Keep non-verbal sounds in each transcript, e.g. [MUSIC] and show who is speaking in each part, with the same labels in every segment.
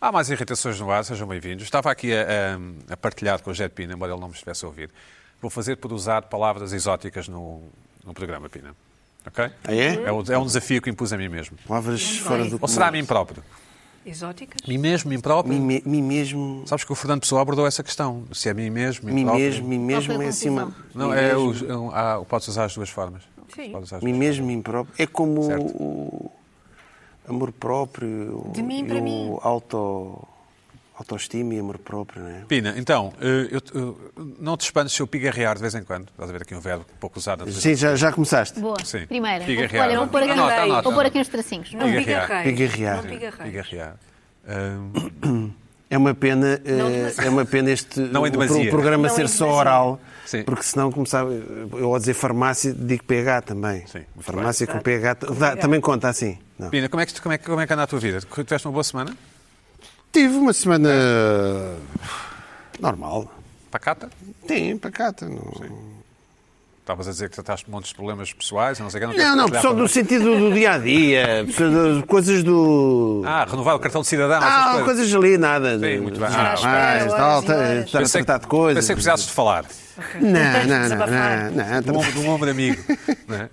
Speaker 1: Há mais irritações no ar, sejam bem-vindos. Estava aqui a, a- a partilhar com o Jet Pina, embora ele não me estivesse a ouvir. Vou fazer por usar palavras exóticas no, no programa, Pina. Ok?
Speaker 2: Ah, é?
Speaker 1: É, o- é um desafio que impus a mim mesmo.
Speaker 2: Palavras
Speaker 3: é
Speaker 2: fora do
Speaker 1: Ou será a
Speaker 2: comum.
Speaker 1: mim próprio?
Speaker 3: Exóticas?
Speaker 1: Mim mesmo, mim próprio?
Speaker 2: Mim, me- mim mesmo,
Speaker 1: Sabes que o Fernando Pessoa abordou essa questão. Se é mim mesmo, mim,
Speaker 2: mim
Speaker 1: próprio.
Speaker 2: mesmo, mim mesmo é acima.
Speaker 1: Não,
Speaker 2: mim
Speaker 1: é
Speaker 2: mesmo,
Speaker 1: os- é um- há- o podes usar as duas formas.
Speaker 3: Sim.
Speaker 1: Podes usar as
Speaker 2: mim
Speaker 1: duas
Speaker 2: mesmo, mim próprio. É como
Speaker 1: Certo.
Speaker 2: o amor próprio
Speaker 3: De mim
Speaker 2: e
Speaker 3: para
Speaker 2: o
Speaker 3: mim.
Speaker 2: auto, autoestima e amor próprio, não é?
Speaker 1: Pina, então, eh, eu te- eu- não te espantes se eu pigarrear de vez em quando. Estás a ver aqui um verbo pouco usado. na televisão.
Speaker 2: Sim, já, já começaste.
Speaker 4: Boa.
Speaker 1: Sim.
Speaker 4: Primeira.
Speaker 1: Fica
Speaker 4: Vou-
Speaker 1: real.
Speaker 4: Olha, vou pôr aqui,
Speaker 3: Anota, anota,
Speaker 4: vou pôr
Speaker 1: anota.
Speaker 4: aqui um uns tracinhos.
Speaker 3: Não
Speaker 1: Pigarrear.
Speaker 3: pigarreio.
Speaker 2: Pigarrear.
Speaker 3: Não pigarreio.
Speaker 1: É, Pigarrear. Ahm,
Speaker 2: É uma pena, eh,
Speaker 3: demasiado.
Speaker 2: é uma pena este
Speaker 1: Não em
Speaker 2: o,
Speaker 1: demasia.
Speaker 2: pro- o programa
Speaker 3: Não em
Speaker 2: ser só
Speaker 3: demasia.
Speaker 2: oral,
Speaker 1: Sim.
Speaker 2: porque senão começava eu ao dizer farmácia digo PH também.
Speaker 1: Sim, muito
Speaker 2: farmácia
Speaker 3: bem.
Speaker 2: com PH dá- também conta assim. Não.
Speaker 1: Pina, como é, que, tu- como, é, que- como é que anda a tua vida? Tu Tiveste uma boa semana?
Speaker 2: Tive uma semana
Speaker 1: É.
Speaker 2: normal.
Speaker 1: Pacata?
Speaker 2: Tem,
Speaker 1: tá
Speaker 2: pacata. Não,
Speaker 1: Estavas a dizer que trataste de montes de problemas pessoais, não sei o que.
Speaker 2: não, não pessoal do sentido do dia a dia, coisas do.
Speaker 1: Ah, renovar o cartão de cidadão, essas
Speaker 2: Ah,
Speaker 1: coisas.
Speaker 2: coisas ali, nada.
Speaker 1: Sim, muito bem. Ah,
Speaker 2: mais,
Speaker 3: espera,
Speaker 2: tal,
Speaker 3: horas e
Speaker 2: tá-
Speaker 3: horas.
Speaker 2: estar a
Speaker 1: Pensei que-
Speaker 2: tratar de coisas.
Speaker 1: Pensei que precisaste de falar. um
Speaker 2: Não,
Speaker 3: Tens de
Speaker 2: não, não,
Speaker 3: desabafar.
Speaker 2: não,
Speaker 1: Do
Speaker 2: não.
Speaker 1: ombro, do ombro
Speaker 2: [LAUGHS]
Speaker 1: amigo. não é?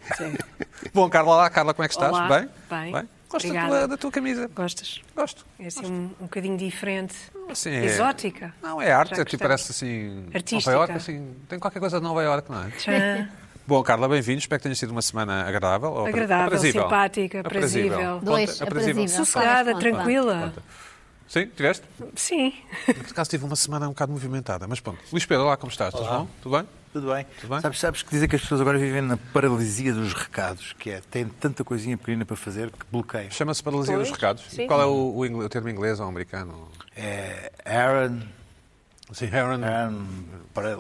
Speaker 1: Bom, Carla, lá, Carla, como é que estás?
Speaker 3: Olá,
Speaker 1: bem?
Speaker 3: bem.
Speaker 1: Gosto da
Speaker 3: Obrigada.
Speaker 1: tua, da tua camisa.
Speaker 3: Gostas?
Speaker 1: Gosto.
Speaker 3: É assim um, um bocadinho diferente.
Speaker 1: Assim, é-
Speaker 3: Exótica.
Speaker 1: Não, é arte,
Speaker 3: Já
Speaker 1: é tipo,
Speaker 3: gostamos.
Speaker 1: parece assim.
Speaker 3: Artística.
Speaker 1: Nova Iorque, assim. Tem qualquer coisa de Nova Iorque, não é?
Speaker 4: [LAUGHS]
Speaker 3: Tchan.
Speaker 1: Bom, Carla, bem-vindo. Espero que tenhas tido uma semana agradável. ou apra-
Speaker 3: Agradável, simpática, aprazível.
Speaker 4: Dois,
Speaker 1: Ponta,
Speaker 4: aprazível.
Speaker 3: Sossegada,
Speaker 4: Claro,
Speaker 3: tranquila.
Speaker 1: Ponta. Sim, tiveste?
Speaker 3: Sim.
Speaker 1: Por acaso tive uma semana um bocado movimentada, mas pronto. Luís Pedro, olá, como estás? Estás bom? Tudo bem?
Speaker 5: Tudo bem.
Speaker 1: Tudo bem?
Speaker 5: Sabes, sabes que dizem que as pessoas agora vivem na paralisia dos recados, que é, têm tanta coisinha pequenina para fazer que bloqueiam.
Speaker 1: Chama-se paralisia
Speaker 3: Pois,
Speaker 1: dos recados.
Speaker 3: sim.
Speaker 1: Qual é o, o ingle- o termo inglês ou americano?
Speaker 5: É Aaron,
Speaker 1: Sim, Aaron. uh,
Speaker 5: Aaron, para,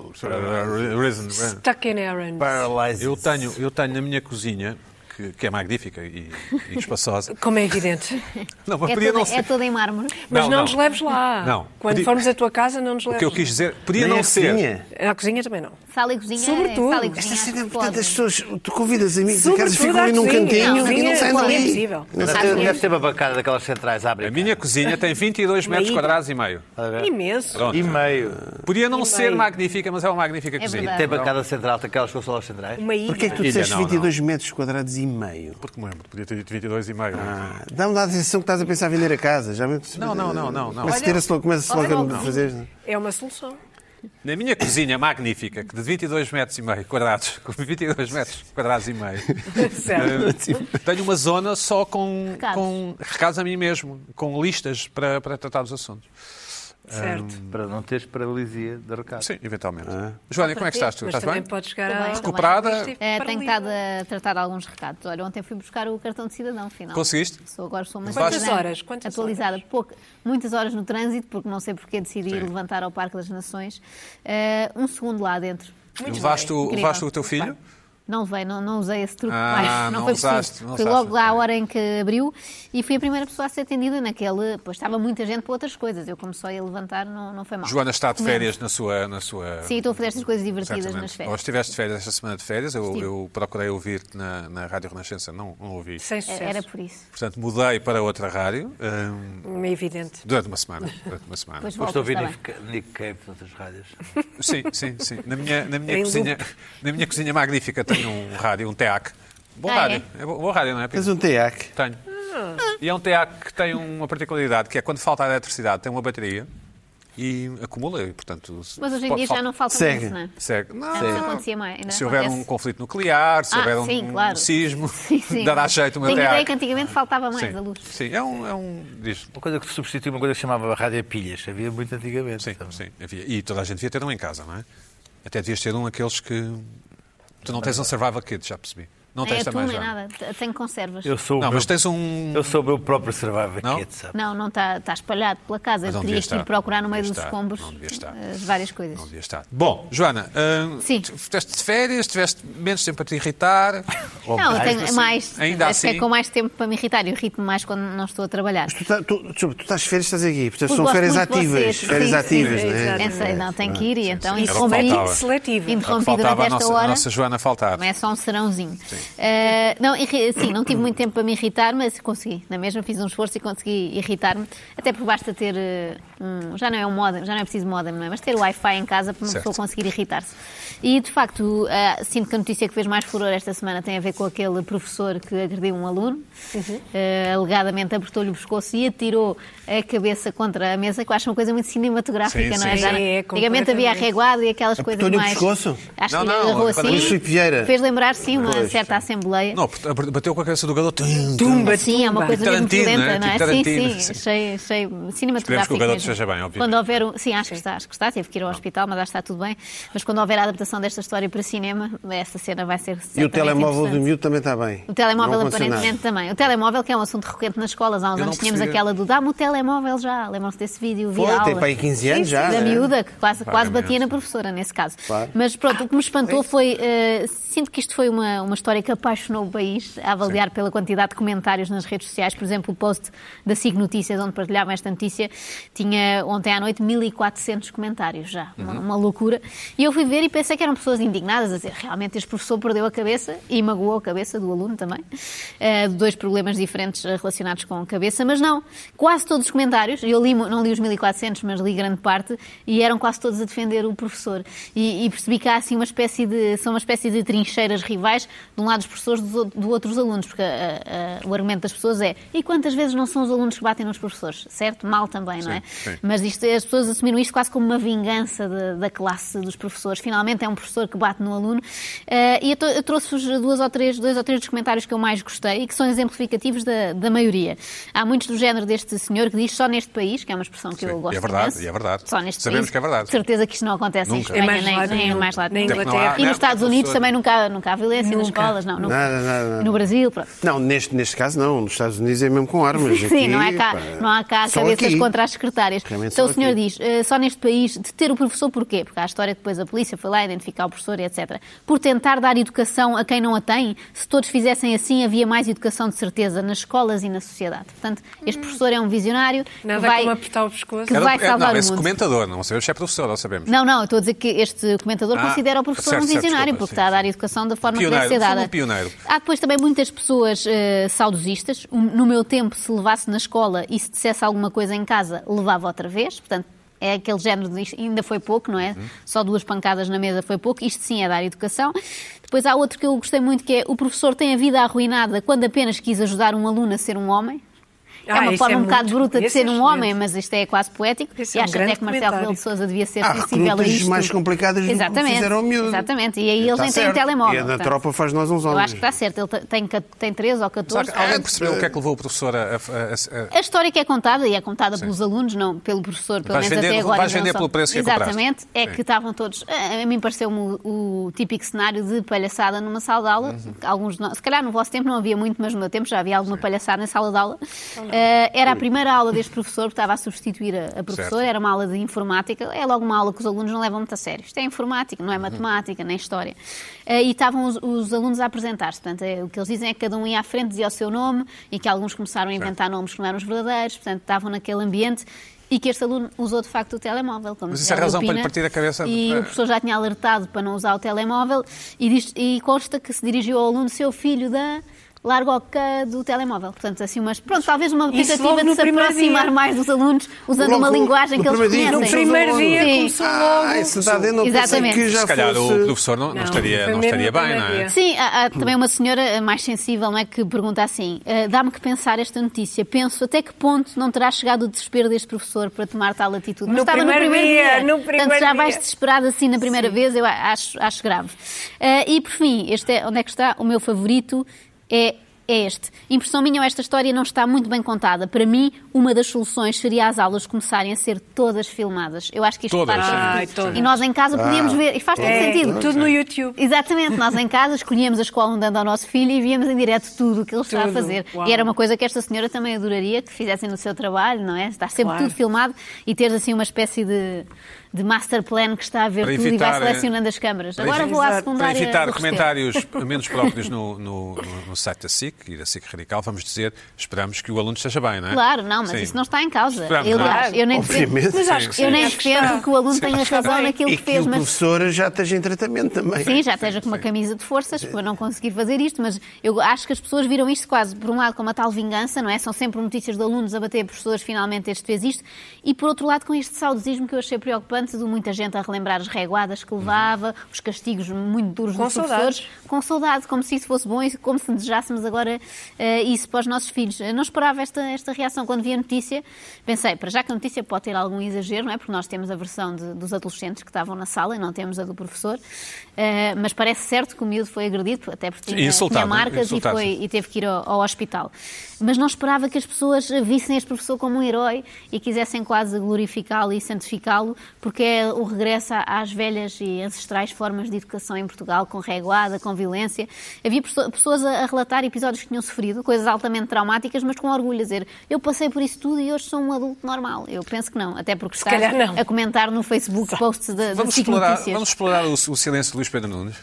Speaker 1: Risen.
Speaker 3: Stuck in errands.
Speaker 5: paralysis.
Speaker 1: Eu tenho, eu tenho na minha cozinha, que, que é magnífica e, e espaçosa.
Speaker 3: [LAUGHS] Como
Speaker 1: [LAUGHS]
Speaker 3: é evidente.
Speaker 1: Não, mas
Speaker 4: É
Speaker 1: podia
Speaker 4: toda,
Speaker 1: não
Speaker 4: é
Speaker 1: ser.
Speaker 4: toda em mármore.
Speaker 3: Mas
Speaker 1: Não,
Speaker 3: não,
Speaker 1: não.
Speaker 3: nos leves lá.
Speaker 1: Não.
Speaker 3: Quando
Speaker 1: Podia-
Speaker 3: formos à tua casa, não nos leves
Speaker 1: O que eu quis dizer, podia
Speaker 2: Nem
Speaker 1: não
Speaker 2: a
Speaker 1: ser.
Speaker 2: cozinha.
Speaker 3: À cozinha também não.
Speaker 4: Sala e cozinha.
Speaker 3: Sobretudo.
Speaker 4: Sala e cozinha. é
Speaker 2: Esta cena,
Speaker 4: acho que
Speaker 2: portanto,
Speaker 4: podem.
Speaker 2: é as pessoas, tu convidas amigos e
Speaker 3: Sobretudo
Speaker 2: casas ficam
Speaker 3: à
Speaker 2: ali num
Speaker 3: cozinha.
Speaker 2: cantinho
Speaker 4: Não,
Speaker 2: e não
Speaker 4: sim,
Speaker 2: saem
Speaker 4: é
Speaker 2: dali.
Speaker 3: impossível.
Speaker 2: Não
Speaker 4: Sabe,
Speaker 2: sei-
Speaker 4: é-
Speaker 5: Deve ter uma bancada daquelas centrais à
Speaker 1: A
Speaker 5: abrir.
Speaker 1: minha cozinha tem 22 metros
Speaker 3: ida.
Speaker 1: quadrados e meio.
Speaker 3: Imenso.
Speaker 1: Pronto.
Speaker 5: E meio.
Speaker 1: Podia não
Speaker 3: E
Speaker 1: ser
Speaker 3: meio.
Speaker 1: magnífica, mas é uma magnífica cozinha.
Speaker 4: verdade.
Speaker 5: Tem bancada central daquelas com só as centrais?
Speaker 3: Uma ilha.
Speaker 2: Porquê é que tu
Speaker 1: Ilha,
Speaker 2: disseste
Speaker 1: não, não.
Speaker 2: 22 metros quadrados e meio?
Speaker 1: Porque me lembro, podia ter dito 22 e meio. é?
Speaker 2: Ah, Dá-me lá a sensação que estás a pensar em vender a casa. Já me...
Speaker 1: Não, não, não, não, não.
Speaker 2: Começa-se tira-se logo- começa-se
Speaker 4: Olha,
Speaker 2: logo a
Speaker 4: olha,
Speaker 2: fazer. não é?
Speaker 3: É
Speaker 1: [LAUGHS]
Speaker 3: uma solução.
Speaker 1: Na minha cozinha magnífica, que de 22 metros e meio quadrados, [LAUGHS] com 22 metros quadrados e meio,
Speaker 3: certo.
Speaker 1: eh, tenho uma zona só com
Speaker 4: Recados.
Speaker 1: com recados a mim mesmo, com listas para, para tratar dos assuntos. Eh,
Speaker 3: certo.
Speaker 5: Para não teres paralisia de recados.
Speaker 1: Sim, eventualmente. Joana, como é que estás tu?
Speaker 3: Mas
Speaker 1: Estás
Speaker 3: também
Speaker 1: bem?
Speaker 3: podes chegar
Speaker 4: Também,
Speaker 3: à...
Speaker 4: também.
Speaker 1: Recuperada?
Speaker 4: Eh, tenho estado a tratar de alguns recados. Olha, ontem fui buscar o cartão de cidadão, final.
Speaker 1: Conseguiste?
Speaker 4: Sou, agora sou uma
Speaker 1: Quantas
Speaker 4: cidadã
Speaker 3: horas? Quantas
Speaker 4: atualizada. Pouca- muitas horas no trânsito, porque não sei porque decidi
Speaker 1: Sim.
Speaker 4: levantar ao Parque das Nações. Eh, um segundo lá dentro.
Speaker 3: Muito
Speaker 1: Levaste,
Speaker 4: bem.
Speaker 1: o,
Speaker 4: Incrível.
Speaker 1: levaste o teu filho?
Speaker 4: Não levei, não, não usei esse truque
Speaker 1: Ah,
Speaker 4: mais. Não,
Speaker 1: não
Speaker 4: foi preciso.
Speaker 1: usaste, não
Speaker 4: Fui
Speaker 1: usaste,
Speaker 4: logo lá à
Speaker 1: ok.
Speaker 4: hora em que abriu e fui a primeira pessoa a ser atendida naquele. Pois estava muita gente para outras coisas. Eu comecei a levantar, não, não foi mal.
Speaker 1: Joana está de
Speaker 4: Comemos.
Speaker 1: férias na sua. Na sua...
Speaker 4: Sim, estou a fazer estas coisas divertidas
Speaker 1: Certamente.
Speaker 4: nas
Speaker 1: Ou
Speaker 4: férias.
Speaker 1: estiveste de férias esta semana de férias, eu,
Speaker 4: Estive.
Speaker 1: eu procurei ouvir-te na, na Rádio Renascença, não, não ouvi.
Speaker 3: Sem sucesso.
Speaker 4: É, Era era por isso.
Speaker 1: Portanto, mudei para outra rádio hum,
Speaker 3: É evidente.
Speaker 1: durante uma semana. Durante uma semana.
Speaker 4: Depois
Speaker 5: Depois estou a
Speaker 4: volto,
Speaker 5: ouvir
Speaker 4: está bem.
Speaker 5: Nick- Nick Cave noutras rádios.
Speaker 1: Sim, sim, sim. Na minha, na minha,
Speaker 3: Em
Speaker 1: cozinha, na minha cozinha magnífica tenho um rádio, um TEAC. Bom
Speaker 4: Ah,
Speaker 1: rádio. É bom, bom rádio, não é? Pedro?
Speaker 2: Tens um teac.
Speaker 1: Tenho.
Speaker 4: Ah.
Speaker 1: E é um TEAC que tem uma particularidade, que é quando falta a eletricidade, tem uma bateria e acumula, e, portanto... se-
Speaker 4: Mas hoje em
Speaker 1: pode
Speaker 4: dia já
Speaker 1: fal-
Speaker 4: não falta
Speaker 2: Segue.
Speaker 4: muito isso, não é?
Speaker 1: Segue. Não,
Speaker 4: Antes acontecia mais, ainda
Speaker 1: Se houver um
Speaker 4: acontece.
Speaker 1: conflito nuclear, se
Speaker 4: Ah,
Speaker 1: houver um,
Speaker 4: sim, claro.
Speaker 1: um sismo,
Speaker 4: Sim,
Speaker 1: [LAUGHS]
Speaker 4: sim.
Speaker 1: dará jeito uma
Speaker 4: Tenho
Speaker 1: TEAC.
Speaker 4: ideia que antigamente faltava mais a
Speaker 1: Sim,
Speaker 4: luz.
Speaker 1: sim. É um... É um diz,
Speaker 5: Uma coisa que substitui uma coisa que se chamava rádio a pilhas. Havia muito antigamente.
Speaker 1: Sim,
Speaker 5: Sabe?
Speaker 1: sim. havia. E toda a gente devia ter um em casa, não é? Até devias ter um aqueles que. Tu não tens um survival kit, já percebi. Não
Speaker 4: Nem
Speaker 1: tens
Speaker 4: é tu,
Speaker 1: também
Speaker 4: nem
Speaker 1: já.
Speaker 4: nada. T- Tenho conservas.
Speaker 5: Eu sou o
Speaker 1: Não,
Speaker 5: meu,
Speaker 1: mas tens um.
Speaker 5: eu sou o meu próprio survival
Speaker 1: Não?
Speaker 5: kit, sabe?
Speaker 4: Não, não está está espalhado pela
Speaker 1: Mas
Speaker 4: casa. Eu
Speaker 1: não
Speaker 4: teria
Speaker 1: devia
Speaker 4: que ir
Speaker 1: estar.
Speaker 4: procurar no
Speaker 1: Não
Speaker 4: meio
Speaker 1: devia
Speaker 4: dos
Speaker 1: estar.
Speaker 4: escombros eh,
Speaker 1: Não devia estar.
Speaker 4: as várias coisas.
Speaker 1: Não devia estar. Bom, Joana, ah,
Speaker 4: Sim.
Speaker 1: tu estiveste de férias, tiveste menos tempo para te
Speaker 4: [LAUGHS]
Speaker 1: irritar. Ah,
Speaker 4: Não, eu
Speaker 5: mais,
Speaker 4: tenho mais.
Speaker 1: Ainda
Speaker 4: acho que
Speaker 1: assim?
Speaker 4: É com mais tempo para me irritar. Eu irrito mais quando não estou a trabalhar.
Speaker 2: Tu, tá- tu, desculpa, tu estás de férias, estás aqui. Portanto,
Speaker 4: Porque
Speaker 2: são
Speaker 4: gosto
Speaker 2: férias
Speaker 4: muito de
Speaker 2: ativas.
Speaker 4: vocês.
Speaker 2: Férias
Speaker 4: Sim, sim,
Speaker 2: ativas,
Speaker 3: sim,
Speaker 2: não é?
Speaker 4: É, sei, não, tenho que então, é
Speaker 3: é
Speaker 4: é ir um Eh, não, irri- sim, não tive muito tempo para me irritar, mas consegui. Na mesma fiz um esforço e consegui irritar-me. Até porque basta ter eh, um, já não é um modem, já não é preciso modem, não é? mas ter o Wi-Fi em casa para uma
Speaker 1: Certo.
Speaker 4: pessoa conseguir irritar-se. E de facto, eh, sinto que a notícia que fez mais furor esta semana tem a ver com aquele professor que agrediu um aluno,
Speaker 3: Uhum.
Speaker 4: Eh, alegadamente apertou-lhe o pescoço e atirou a cabeça contra a mesa, que eu acho uma coisa muito cinematográfica,
Speaker 1: Sim,
Speaker 4: não é?
Speaker 1: sim,
Speaker 4: Já
Speaker 1: sim.
Speaker 4: não-
Speaker 3: É,
Speaker 4: Antigamente havia
Speaker 3: completamente.
Speaker 4: arreguado e aquelas coisas
Speaker 2: Apertou-lhe o
Speaker 4: mais.
Speaker 2: pescoço?
Speaker 4: Acho
Speaker 1: Não,
Speaker 4: que
Speaker 1: não,
Speaker 4: ele agarrou
Speaker 1: quando-
Speaker 2: Luís
Speaker 4: assim.
Speaker 2: Filipe Vieira.
Speaker 4: Fez lembrar, sim, uma
Speaker 2: Pois,
Speaker 4: certa assembleia.
Speaker 1: Não, portanto, bateu com a cabeça do garoto.
Speaker 3: Tumba,
Speaker 4: Sim, é uma
Speaker 3: tumba.
Speaker 4: coisa mesmo
Speaker 1: Tarantino,
Speaker 4: violenta,
Speaker 1: né?
Speaker 4: não é?
Speaker 1: Tipo
Speaker 4: Sim,
Speaker 1: Tarantino,
Speaker 4: sim,
Speaker 1: sim.
Speaker 4: achei, achei
Speaker 1: Esperemos
Speaker 4: cinematográfico.
Speaker 1: que o garoto
Speaker 4: mesmo.
Speaker 1: esteja bem, obviamente.
Speaker 4: Quando houver um... Sim, acho que está, acho que está. Teve que ir ao hospital, mas acho que está tudo bem. Mas quando houver a adaptação desta história para cinema, essa cena vai ser
Speaker 2: E o
Speaker 4: certamente
Speaker 2: telemóvel do
Speaker 4: interessante.
Speaker 2: miúdo também está bem.
Speaker 4: O telemóvel
Speaker 2: Não aconteceu nada.
Speaker 4: aparentemente também. O telemóvel que é um assunto recorrente nas escolas. Há uns
Speaker 1: Eu
Speaker 4: anos
Speaker 1: não
Speaker 4: tínhamos
Speaker 1: percebi.
Speaker 4: aquela do dá-me o telemóvel já. Lembram-se desse vídeo
Speaker 2: Foi,
Speaker 4: viral.
Speaker 2: tem para aí 15 anos já.
Speaker 4: Da
Speaker 2: né?
Speaker 4: miúda, que quase, quase
Speaker 1: Vagamente,
Speaker 4: batia na
Speaker 1: sim.
Speaker 4: professora, nesse caso.
Speaker 2: Claro.
Speaker 4: Mas pronto, o que me espantou foi. eh, sinto que isto foi uma, uma história que apaixonou o país, a avaliar pela quantidade de comentários nas redes sociais. Por exemplo, o post da SIG Notícias, onde partilhava esta notícia, tinha ontem à noite 1400 comentários já. Uma, uma loucura. E eu fui ver e pensei que eram pessoas indignadas, a dizer realmente este professor perdeu a cabeça e magoou a cabeça do aluno também. eh, dois problemas diferentes eh, relacionados com a cabeça, mas não. Quase todos os comentários, eu li, mo- não li os 1400, mas li grande parte, e eram quase todos a defender o professor. E, e percebi que há assim uma espécie de. são uma espécie de trincheiras rivais, de um lado os professores, do, outro- do outro os alunos, porque ah, ah, o argumento das pessoas é: e quantas vezes não são os alunos que batem nos professores? Certo? Mal também, não é?
Speaker 1: Sim, sim.
Speaker 4: Mas isto- as pessoas assumiram isto quase como uma vingança de- da classe dos professores. Finalmente é um professor que bate no aluno. Eh, e eu, to- eu trouxe-vos duas ou três, dois ou três dos comentários que eu mais gostei e que são exemplificativos da, da maioria. Há muitos do género deste senhor que diz só neste país, que é uma expressão que
Speaker 1: Sim,
Speaker 4: eu
Speaker 1: e
Speaker 4: gosto
Speaker 1: é verdade,
Speaker 4: imenso.
Speaker 1: e é verdade.
Speaker 4: Só neste
Speaker 1: Sabemos
Speaker 4: país.
Speaker 1: que é verdade.
Speaker 4: Certeza que isto não acontece
Speaker 1: Nunca.
Speaker 4: em
Speaker 3: Em
Speaker 4: Espanha,
Speaker 3: mais
Speaker 4: nem,
Speaker 3: lado
Speaker 4: nem em
Speaker 3: nenhum.
Speaker 4: mais lado
Speaker 3: Nem
Speaker 4: nenhum.
Speaker 1: Até que não
Speaker 3: Inglaterra.
Speaker 1: há-
Speaker 4: E nos Estados Unidos
Speaker 1: Professor.
Speaker 4: também nunca, nunca há violência nas
Speaker 3: Nunca.
Speaker 4: escolas, não. nunca.
Speaker 2: Nada, nada, nada.
Speaker 4: No Brasil, pronto.
Speaker 2: Não, neste, neste caso não. Nos Estados Unidos é mesmo com armas.
Speaker 4: Sim,
Speaker 2: Aqui,
Speaker 4: não, é cá,
Speaker 2: pá,
Speaker 4: não há cá
Speaker 2: só
Speaker 4: cabeças
Speaker 2: aqui.
Speaker 4: contra as secretárias.
Speaker 2: Realmente
Speaker 4: então
Speaker 2: só
Speaker 4: o senhor
Speaker 2: aqui.
Speaker 4: diz, eh, só neste país, de ter o professor porquê? Porque há a história que depois a polícia foi lá identificar o professor e etc. Por tentar dar educação a quem não a tem, se todos fizessem assim, havia mais educação de certeza nas escolas e na sociedade. Portanto, este professor é um visionário que
Speaker 3: Hum. Nada
Speaker 4: vai...
Speaker 3: como apertar o pescoço.
Speaker 4: que
Speaker 1: Era-
Speaker 4: vai
Speaker 1: era-
Speaker 4: salvar
Speaker 1: não, é
Speaker 4: o
Speaker 1: esse
Speaker 4: mundo.
Speaker 1: comentador, não sabemos se é professor, não sabemos.
Speaker 4: Não, não, eu estou a dizer que este comentador
Speaker 1: Ah,
Speaker 4: considera o professor
Speaker 1: certo,
Speaker 4: um
Speaker 1: certo,
Speaker 4: visionário,
Speaker 1: desculpa,
Speaker 4: porque
Speaker 1: sim,
Speaker 4: está a dar
Speaker 1: sim.
Speaker 4: educação da forma que
Speaker 1: Pioneiro,
Speaker 4: deve ser dada.
Speaker 1: foi um pioneiro.
Speaker 4: Há depois também muitas pessoas eh, saudosistas. Um- No meu tempo, se levasse na escola e se dissesse alguma coisa em casa, levava outra vez. Portanto, é aquele género de isto ainda foi pouco, não é?
Speaker 1: Uhum.
Speaker 4: Só duas pancadas na mesa foi pouco. Isto sim é dar educação. Depois há outro que eu gostei muito, que é o professor tem a vida arruinada quando apenas quis ajudar um aluno a ser um homem. É
Speaker 3: Ah,
Speaker 4: uma
Speaker 3: isso
Speaker 4: forma
Speaker 3: é
Speaker 4: um bocado
Speaker 3: muito-
Speaker 4: bruta de
Speaker 3: esse é
Speaker 4: ser um
Speaker 3: excelente.
Speaker 4: homem, mas isto é quase poético. e
Speaker 3: Esse é um
Speaker 4: acho
Speaker 3: grande
Speaker 4: até que Marcelo
Speaker 3: comentário.
Speaker 4: Rebelo de Souza devia ser
Speaker 2: Ah, Há
Speaker 4: sensível a
Speaker 2: recrutas
Speaker 4: isto.
Speaker 2: mais complicadas do que
Speaker 4: exatamente,
Speaker 2: fizeram ao miúdo.
Speaker 4: Exatamente, e aí eles
Speaker 2: Está
Speaker 4: nem têm
Speaker 2: Tá certo.
Speaker 4: telemóvel.
Speaker 2: E a da
Speaker 4: portanto.
Speaker 2: tropa faz nós uns homens.
Speaker 4: Eu acho que está certo, ele te- tem, ca- tem 13
Speaker 1: Será
Speaker 4: ou 14.
Speaker 1: que alguém
Speaker 4: anos.
Speaker 1: percebeu o que é que levou o professor a. a- a- a-
Speaker 4: A história que é contada, e é contada pelos alunos, não pelo professor, pelo
Speaker 1: Vais
Speaker 4: menos
Speaker 1: vender-
Speaker 4: até agora.
Speaker 1: vais
Speaker 4: ainda não
Speaker 1: vender
Speaker 4: são.
Speaker 1: pelo preço que a compraste.
Speaker 4: Exatamente, é
Speaker 1: Sim.
Speaker 4: que estavam todos. A, a mim pareceu-me o, o típico cenário de palhaçada numa sala de aula. Alguns de nós- se calhar no vosso tempo não havia muito, mas no meu tempo já havia alguma palhaçada na sala de aula. Eh, era a primeira aula deste professor, que estava a substituir a, a professora, era uma aula de informática. É logo uma aula que os alunos não levam muito a sério. Isto é informática, não é matemática, nem história. Eh, e estavam os, os alunos a apresentar-se. Portanto, eh, o que eles dizem é que cada um ia à frente, dizia o seu nome, e que alguns começaram a inventar nomes que não eram os verdadeiros. Portanto, estavam naquele ambiente. E que este aluno usou de facto o telemóvel. Como
Speaker 1: Mas isso é
Speaker 4: Miguel
Speaker 1: razão para lhe
Speaker 4: Pina,
Speaker 1: partir a cabeça?
Speaker 4: E
Speaker 1: Eh.
Speaker 4: o professor já tinha alertado para não usar o telemóvel e, diz- e consta que se dirigiu ao aluno seu filho da larga o ca do telemóvel. Portanto, assim, mas pronto, talvez uma
Speaker 3: Isso
Speaker 4: tentativa
Speaker 3: logo
Speaker 4: de
Speaker 3: no
Speaker 4: se
Speaker 3: primeiro
Speaker 4: aproximar
Speaker 3: dia.
Speaker 4: mais dos alunos usando
Speaker 2: Logo
Speaker 4: uma linguagem
Speaker 2: no
Speaker 4: que eles
Speaker 2: primeiro dia,
Speaker 4: conhecem.
Speaker 2: no
Speaker 3: No primeiro dia
Speaker 4: Sim.
Speaker 3: começou logo.
Speaker 2: Ah, isso está a ver, não
Speaker 4: um Exatamente.
Speaker 2: pensei que já
Speaker 1: Se calhar
Speaker 2: fosse...
Speaker 1: o professor não, não
Speaker 3: Não,
Speaker 1: estaria,
Speaker 3: foi
Speaker 1: não
Speaker 3: mesmo
Speaker 1: estaria
Speaker 3: no
Speaker 1: bem, não é?
Speaker 3: primeiro
Speaker 4: Sim, há, há
Speaker 3: Hum.
Speaker 4: também uma senhora eh, mais sensível, não é? Que pergunta assim: eh, dá-me que pensar esta notícia. Penso até que ponto não terá chegado o desespero deste professor para tomar tal atitude. Mas
Speaker 3: No
Speaker 4: estava
Speaker 3: primeiro
Speaker 4: no primeiro
Speaker 3: dia,
Speaker 4: dia.
Speaker 3: no
Speaker 4: Portanto,
Speaker 3: primeiro
Speaker 4: já
Speaker 3: dia.
Speaker 4: vais desesperado assim na primeira vez, eu a- acho, acho grave. Eh, e por fim, este é, onde é que está? O meu favorito é. É este. Impressão minha, esta história não está muito bem contada. Para mim, uma das soluções seria as aulas começarem a ser todas filmadas. Eu acho que isto
Speaker 1: Todas,
Speaker 4: faz
Speaker 1: sim.
Speaker 4: sentido.
Speaker 3: Ai, todas.
Speaker 4: E nós em casa podíamos ver. E faz todo
Speaker 3: É,
Speaker 4: sentido.
Speaker 3: tudo no YouTube.
Speaker 4: Exatamente, nós em casa escolhíamos a escola onde anda o nosso filho e víamos em direto tudo o que ele está a
Speaker 3: Tudo.
Speaker 4: fazer.
Speaker 3: Uau.
Speaker 4: E era uma coisa que esta senhora também adoraria que fizessem no seu trabalho, não é? Estar sempre
Speaker 3: Claro.
Speaker 4: tudo filmado e teres assim uma espécie de, de master plan que está a ver
Speaker 1: Para
Speaker 4: tudo e vai
Speaker 1: evitar, eh,
Speaker 4: selecionando as câmaras.
Speaker 1: para
Speaker 4: Agora vou à
Speaker 3: evitar-
Speaker 1: Para
Speaker 4: secundária.
Speaker 1: evitar
Speaker 4: do Restelo.
Speaker 1: comentários
Speaker 4: [LAUGHS]
Speaker 1: menos próprios no, no- no- no site da SIC e da SIC Radical, vamos dizer, esperamos que o aluno esteja bem, não é?
Speaker 4: Claro, não, mas
Speaker 1: Sim.
Speaker 4: isso não está em causa.
Speaker 1: Esperamos,
Speaker 4: eu,
Speaker 1: não é?
Speaker 4: acho- eu nem defendo,
Speaker 2: Obviamente.
Speaker 3: Mas acho
Speaker 1: Sim,
Speaker 3: que
Speaker 1: sim.
Speaker 4: eu nem
Speaker 3: acho que está.
Speaker 4: defendo que o aluno tenha
Speaker 3: está
Speaker 4: razão
Speaker 3: bem.
Speaker 4: naquilo
Speaker 2: E
Speaker 4: que
Speaker 2: que
Speaker 4: fez,
Speaker 2: o
Speaker 4: mas
Speaker 2: professor já esteja em tratamento também.
Speaker 4: Sim, já esteja com uma camisa de forças para não conseguir fazer isto, mas eu acho que as pessoas viram isto quase, por um lado, como uma tal vingança, não é? São sempre notícias de alunos a bater professores, finalmente este fez isto, e por outro lado, com este saudosismo que eu achei preocupante, de muita gente a relembrar as reguadas que levava, os castigos muito duros
Speaker 3: Com
Speaker 4: dos
Speaker 3: saudades.
Speaker 4: professores, com saudade, como se isso fosse bom e como se desejássemos agora eh, isso para os nossos filhos. Eu não esperava esta, esta reação quando vi a notícia. Pensei, para já que a notícia pode ter algum exagero, não é? Porque nós temos a versão de- dos adolescentes que estavam na sala e não temos a do professor. Eh, mas parece certo que o miúdo foi agredido, até porque tinha,
Speaker 1: Insultado,
Speaker 4: tinha marcas e,
Speaker 1: insultado,
Speaker 4: foi-
Speaker 1: sim.
Speaker 4: e teve que ir ao, ao hospital. Mas não esperava que as pessoas vissem este professor como um herói e quisessem quase glorificá-lo e santificá-lo, porque é o regresso à- às velhas e ancestrais formas de educação em Portugal, com reguada, com violência. Havia perso- pessoas a a relatar episódios que tinham sofrido, coisas altamente traumáticas, mas com orgulho, a dizer, eu passei por isso tudo e hoje sou um adulto normal. Eu penso que não, até porque estás
Speaker 3: calhar não.
Speaker 4: a comentar no Facebook posts da, da
Speaker 1: Vamos
Speaker 4: SIC
Speaker 1: explorar,
Speaker 4: Notícias.
Speaker 1: vamos explorar o, o silêncio de Luís Pedro Nunes.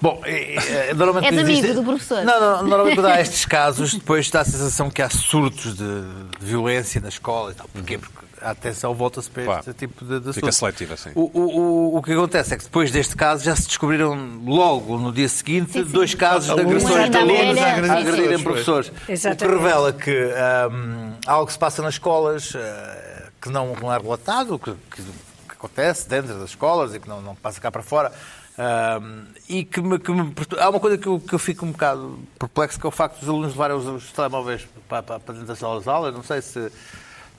Speaker 5: Bom, eh,
Speaker 4: [LAUGHS]
Speaker 5: eh, normalmente.
Speaker 4: És
Speaker 5: quando
Speaker 4: amigo do professor.
Speaker 5: Não, não,
Speaker 4: [LAUGHS]
Speaker 5: normalmente quando há estes casos, depois dá a sensação que há surtos de de violência na escola e tal.
Speaker 4: Uhum.
Speaker 5: Porquê? Porque a atenção volta-se para
Speaker 1: Claro.
Speaker 5: este tipo de, de
Speaker 1: Fica
Speaker 5: assunto.
Speaker 1: seletiva, sim.
Speaker 5: O, o- o- o que acontece é que depois deste caso já se descobriram logo no dia seguinte
Speaker 4: Sim, sim.
Speaker 5: dois casos de
Speaker 2: Alguns
Speaker 5: agressões de
Speaker 4: ainda
Speaker 5: alunos
Speaker 4: velha,
Speaker 5: a
Speaker 4: sim, sim.
Speaker 5: agredirem professores. O que
Speaker 3: Exatamente.
Speaker 5: revela que hum, há algo que se passa nas escolas eh, que não, não é relatado, que, que- que acontece dentro das escolas e que não, não passa cá para fora. Hum, e que me, que me pertur- Há uma coisa que eu, que eu fico um bocado perplexo, que é o facto dos alunos levarem os, os telemóveis para, para, para dentro das salas de aula. Eu Não sei se,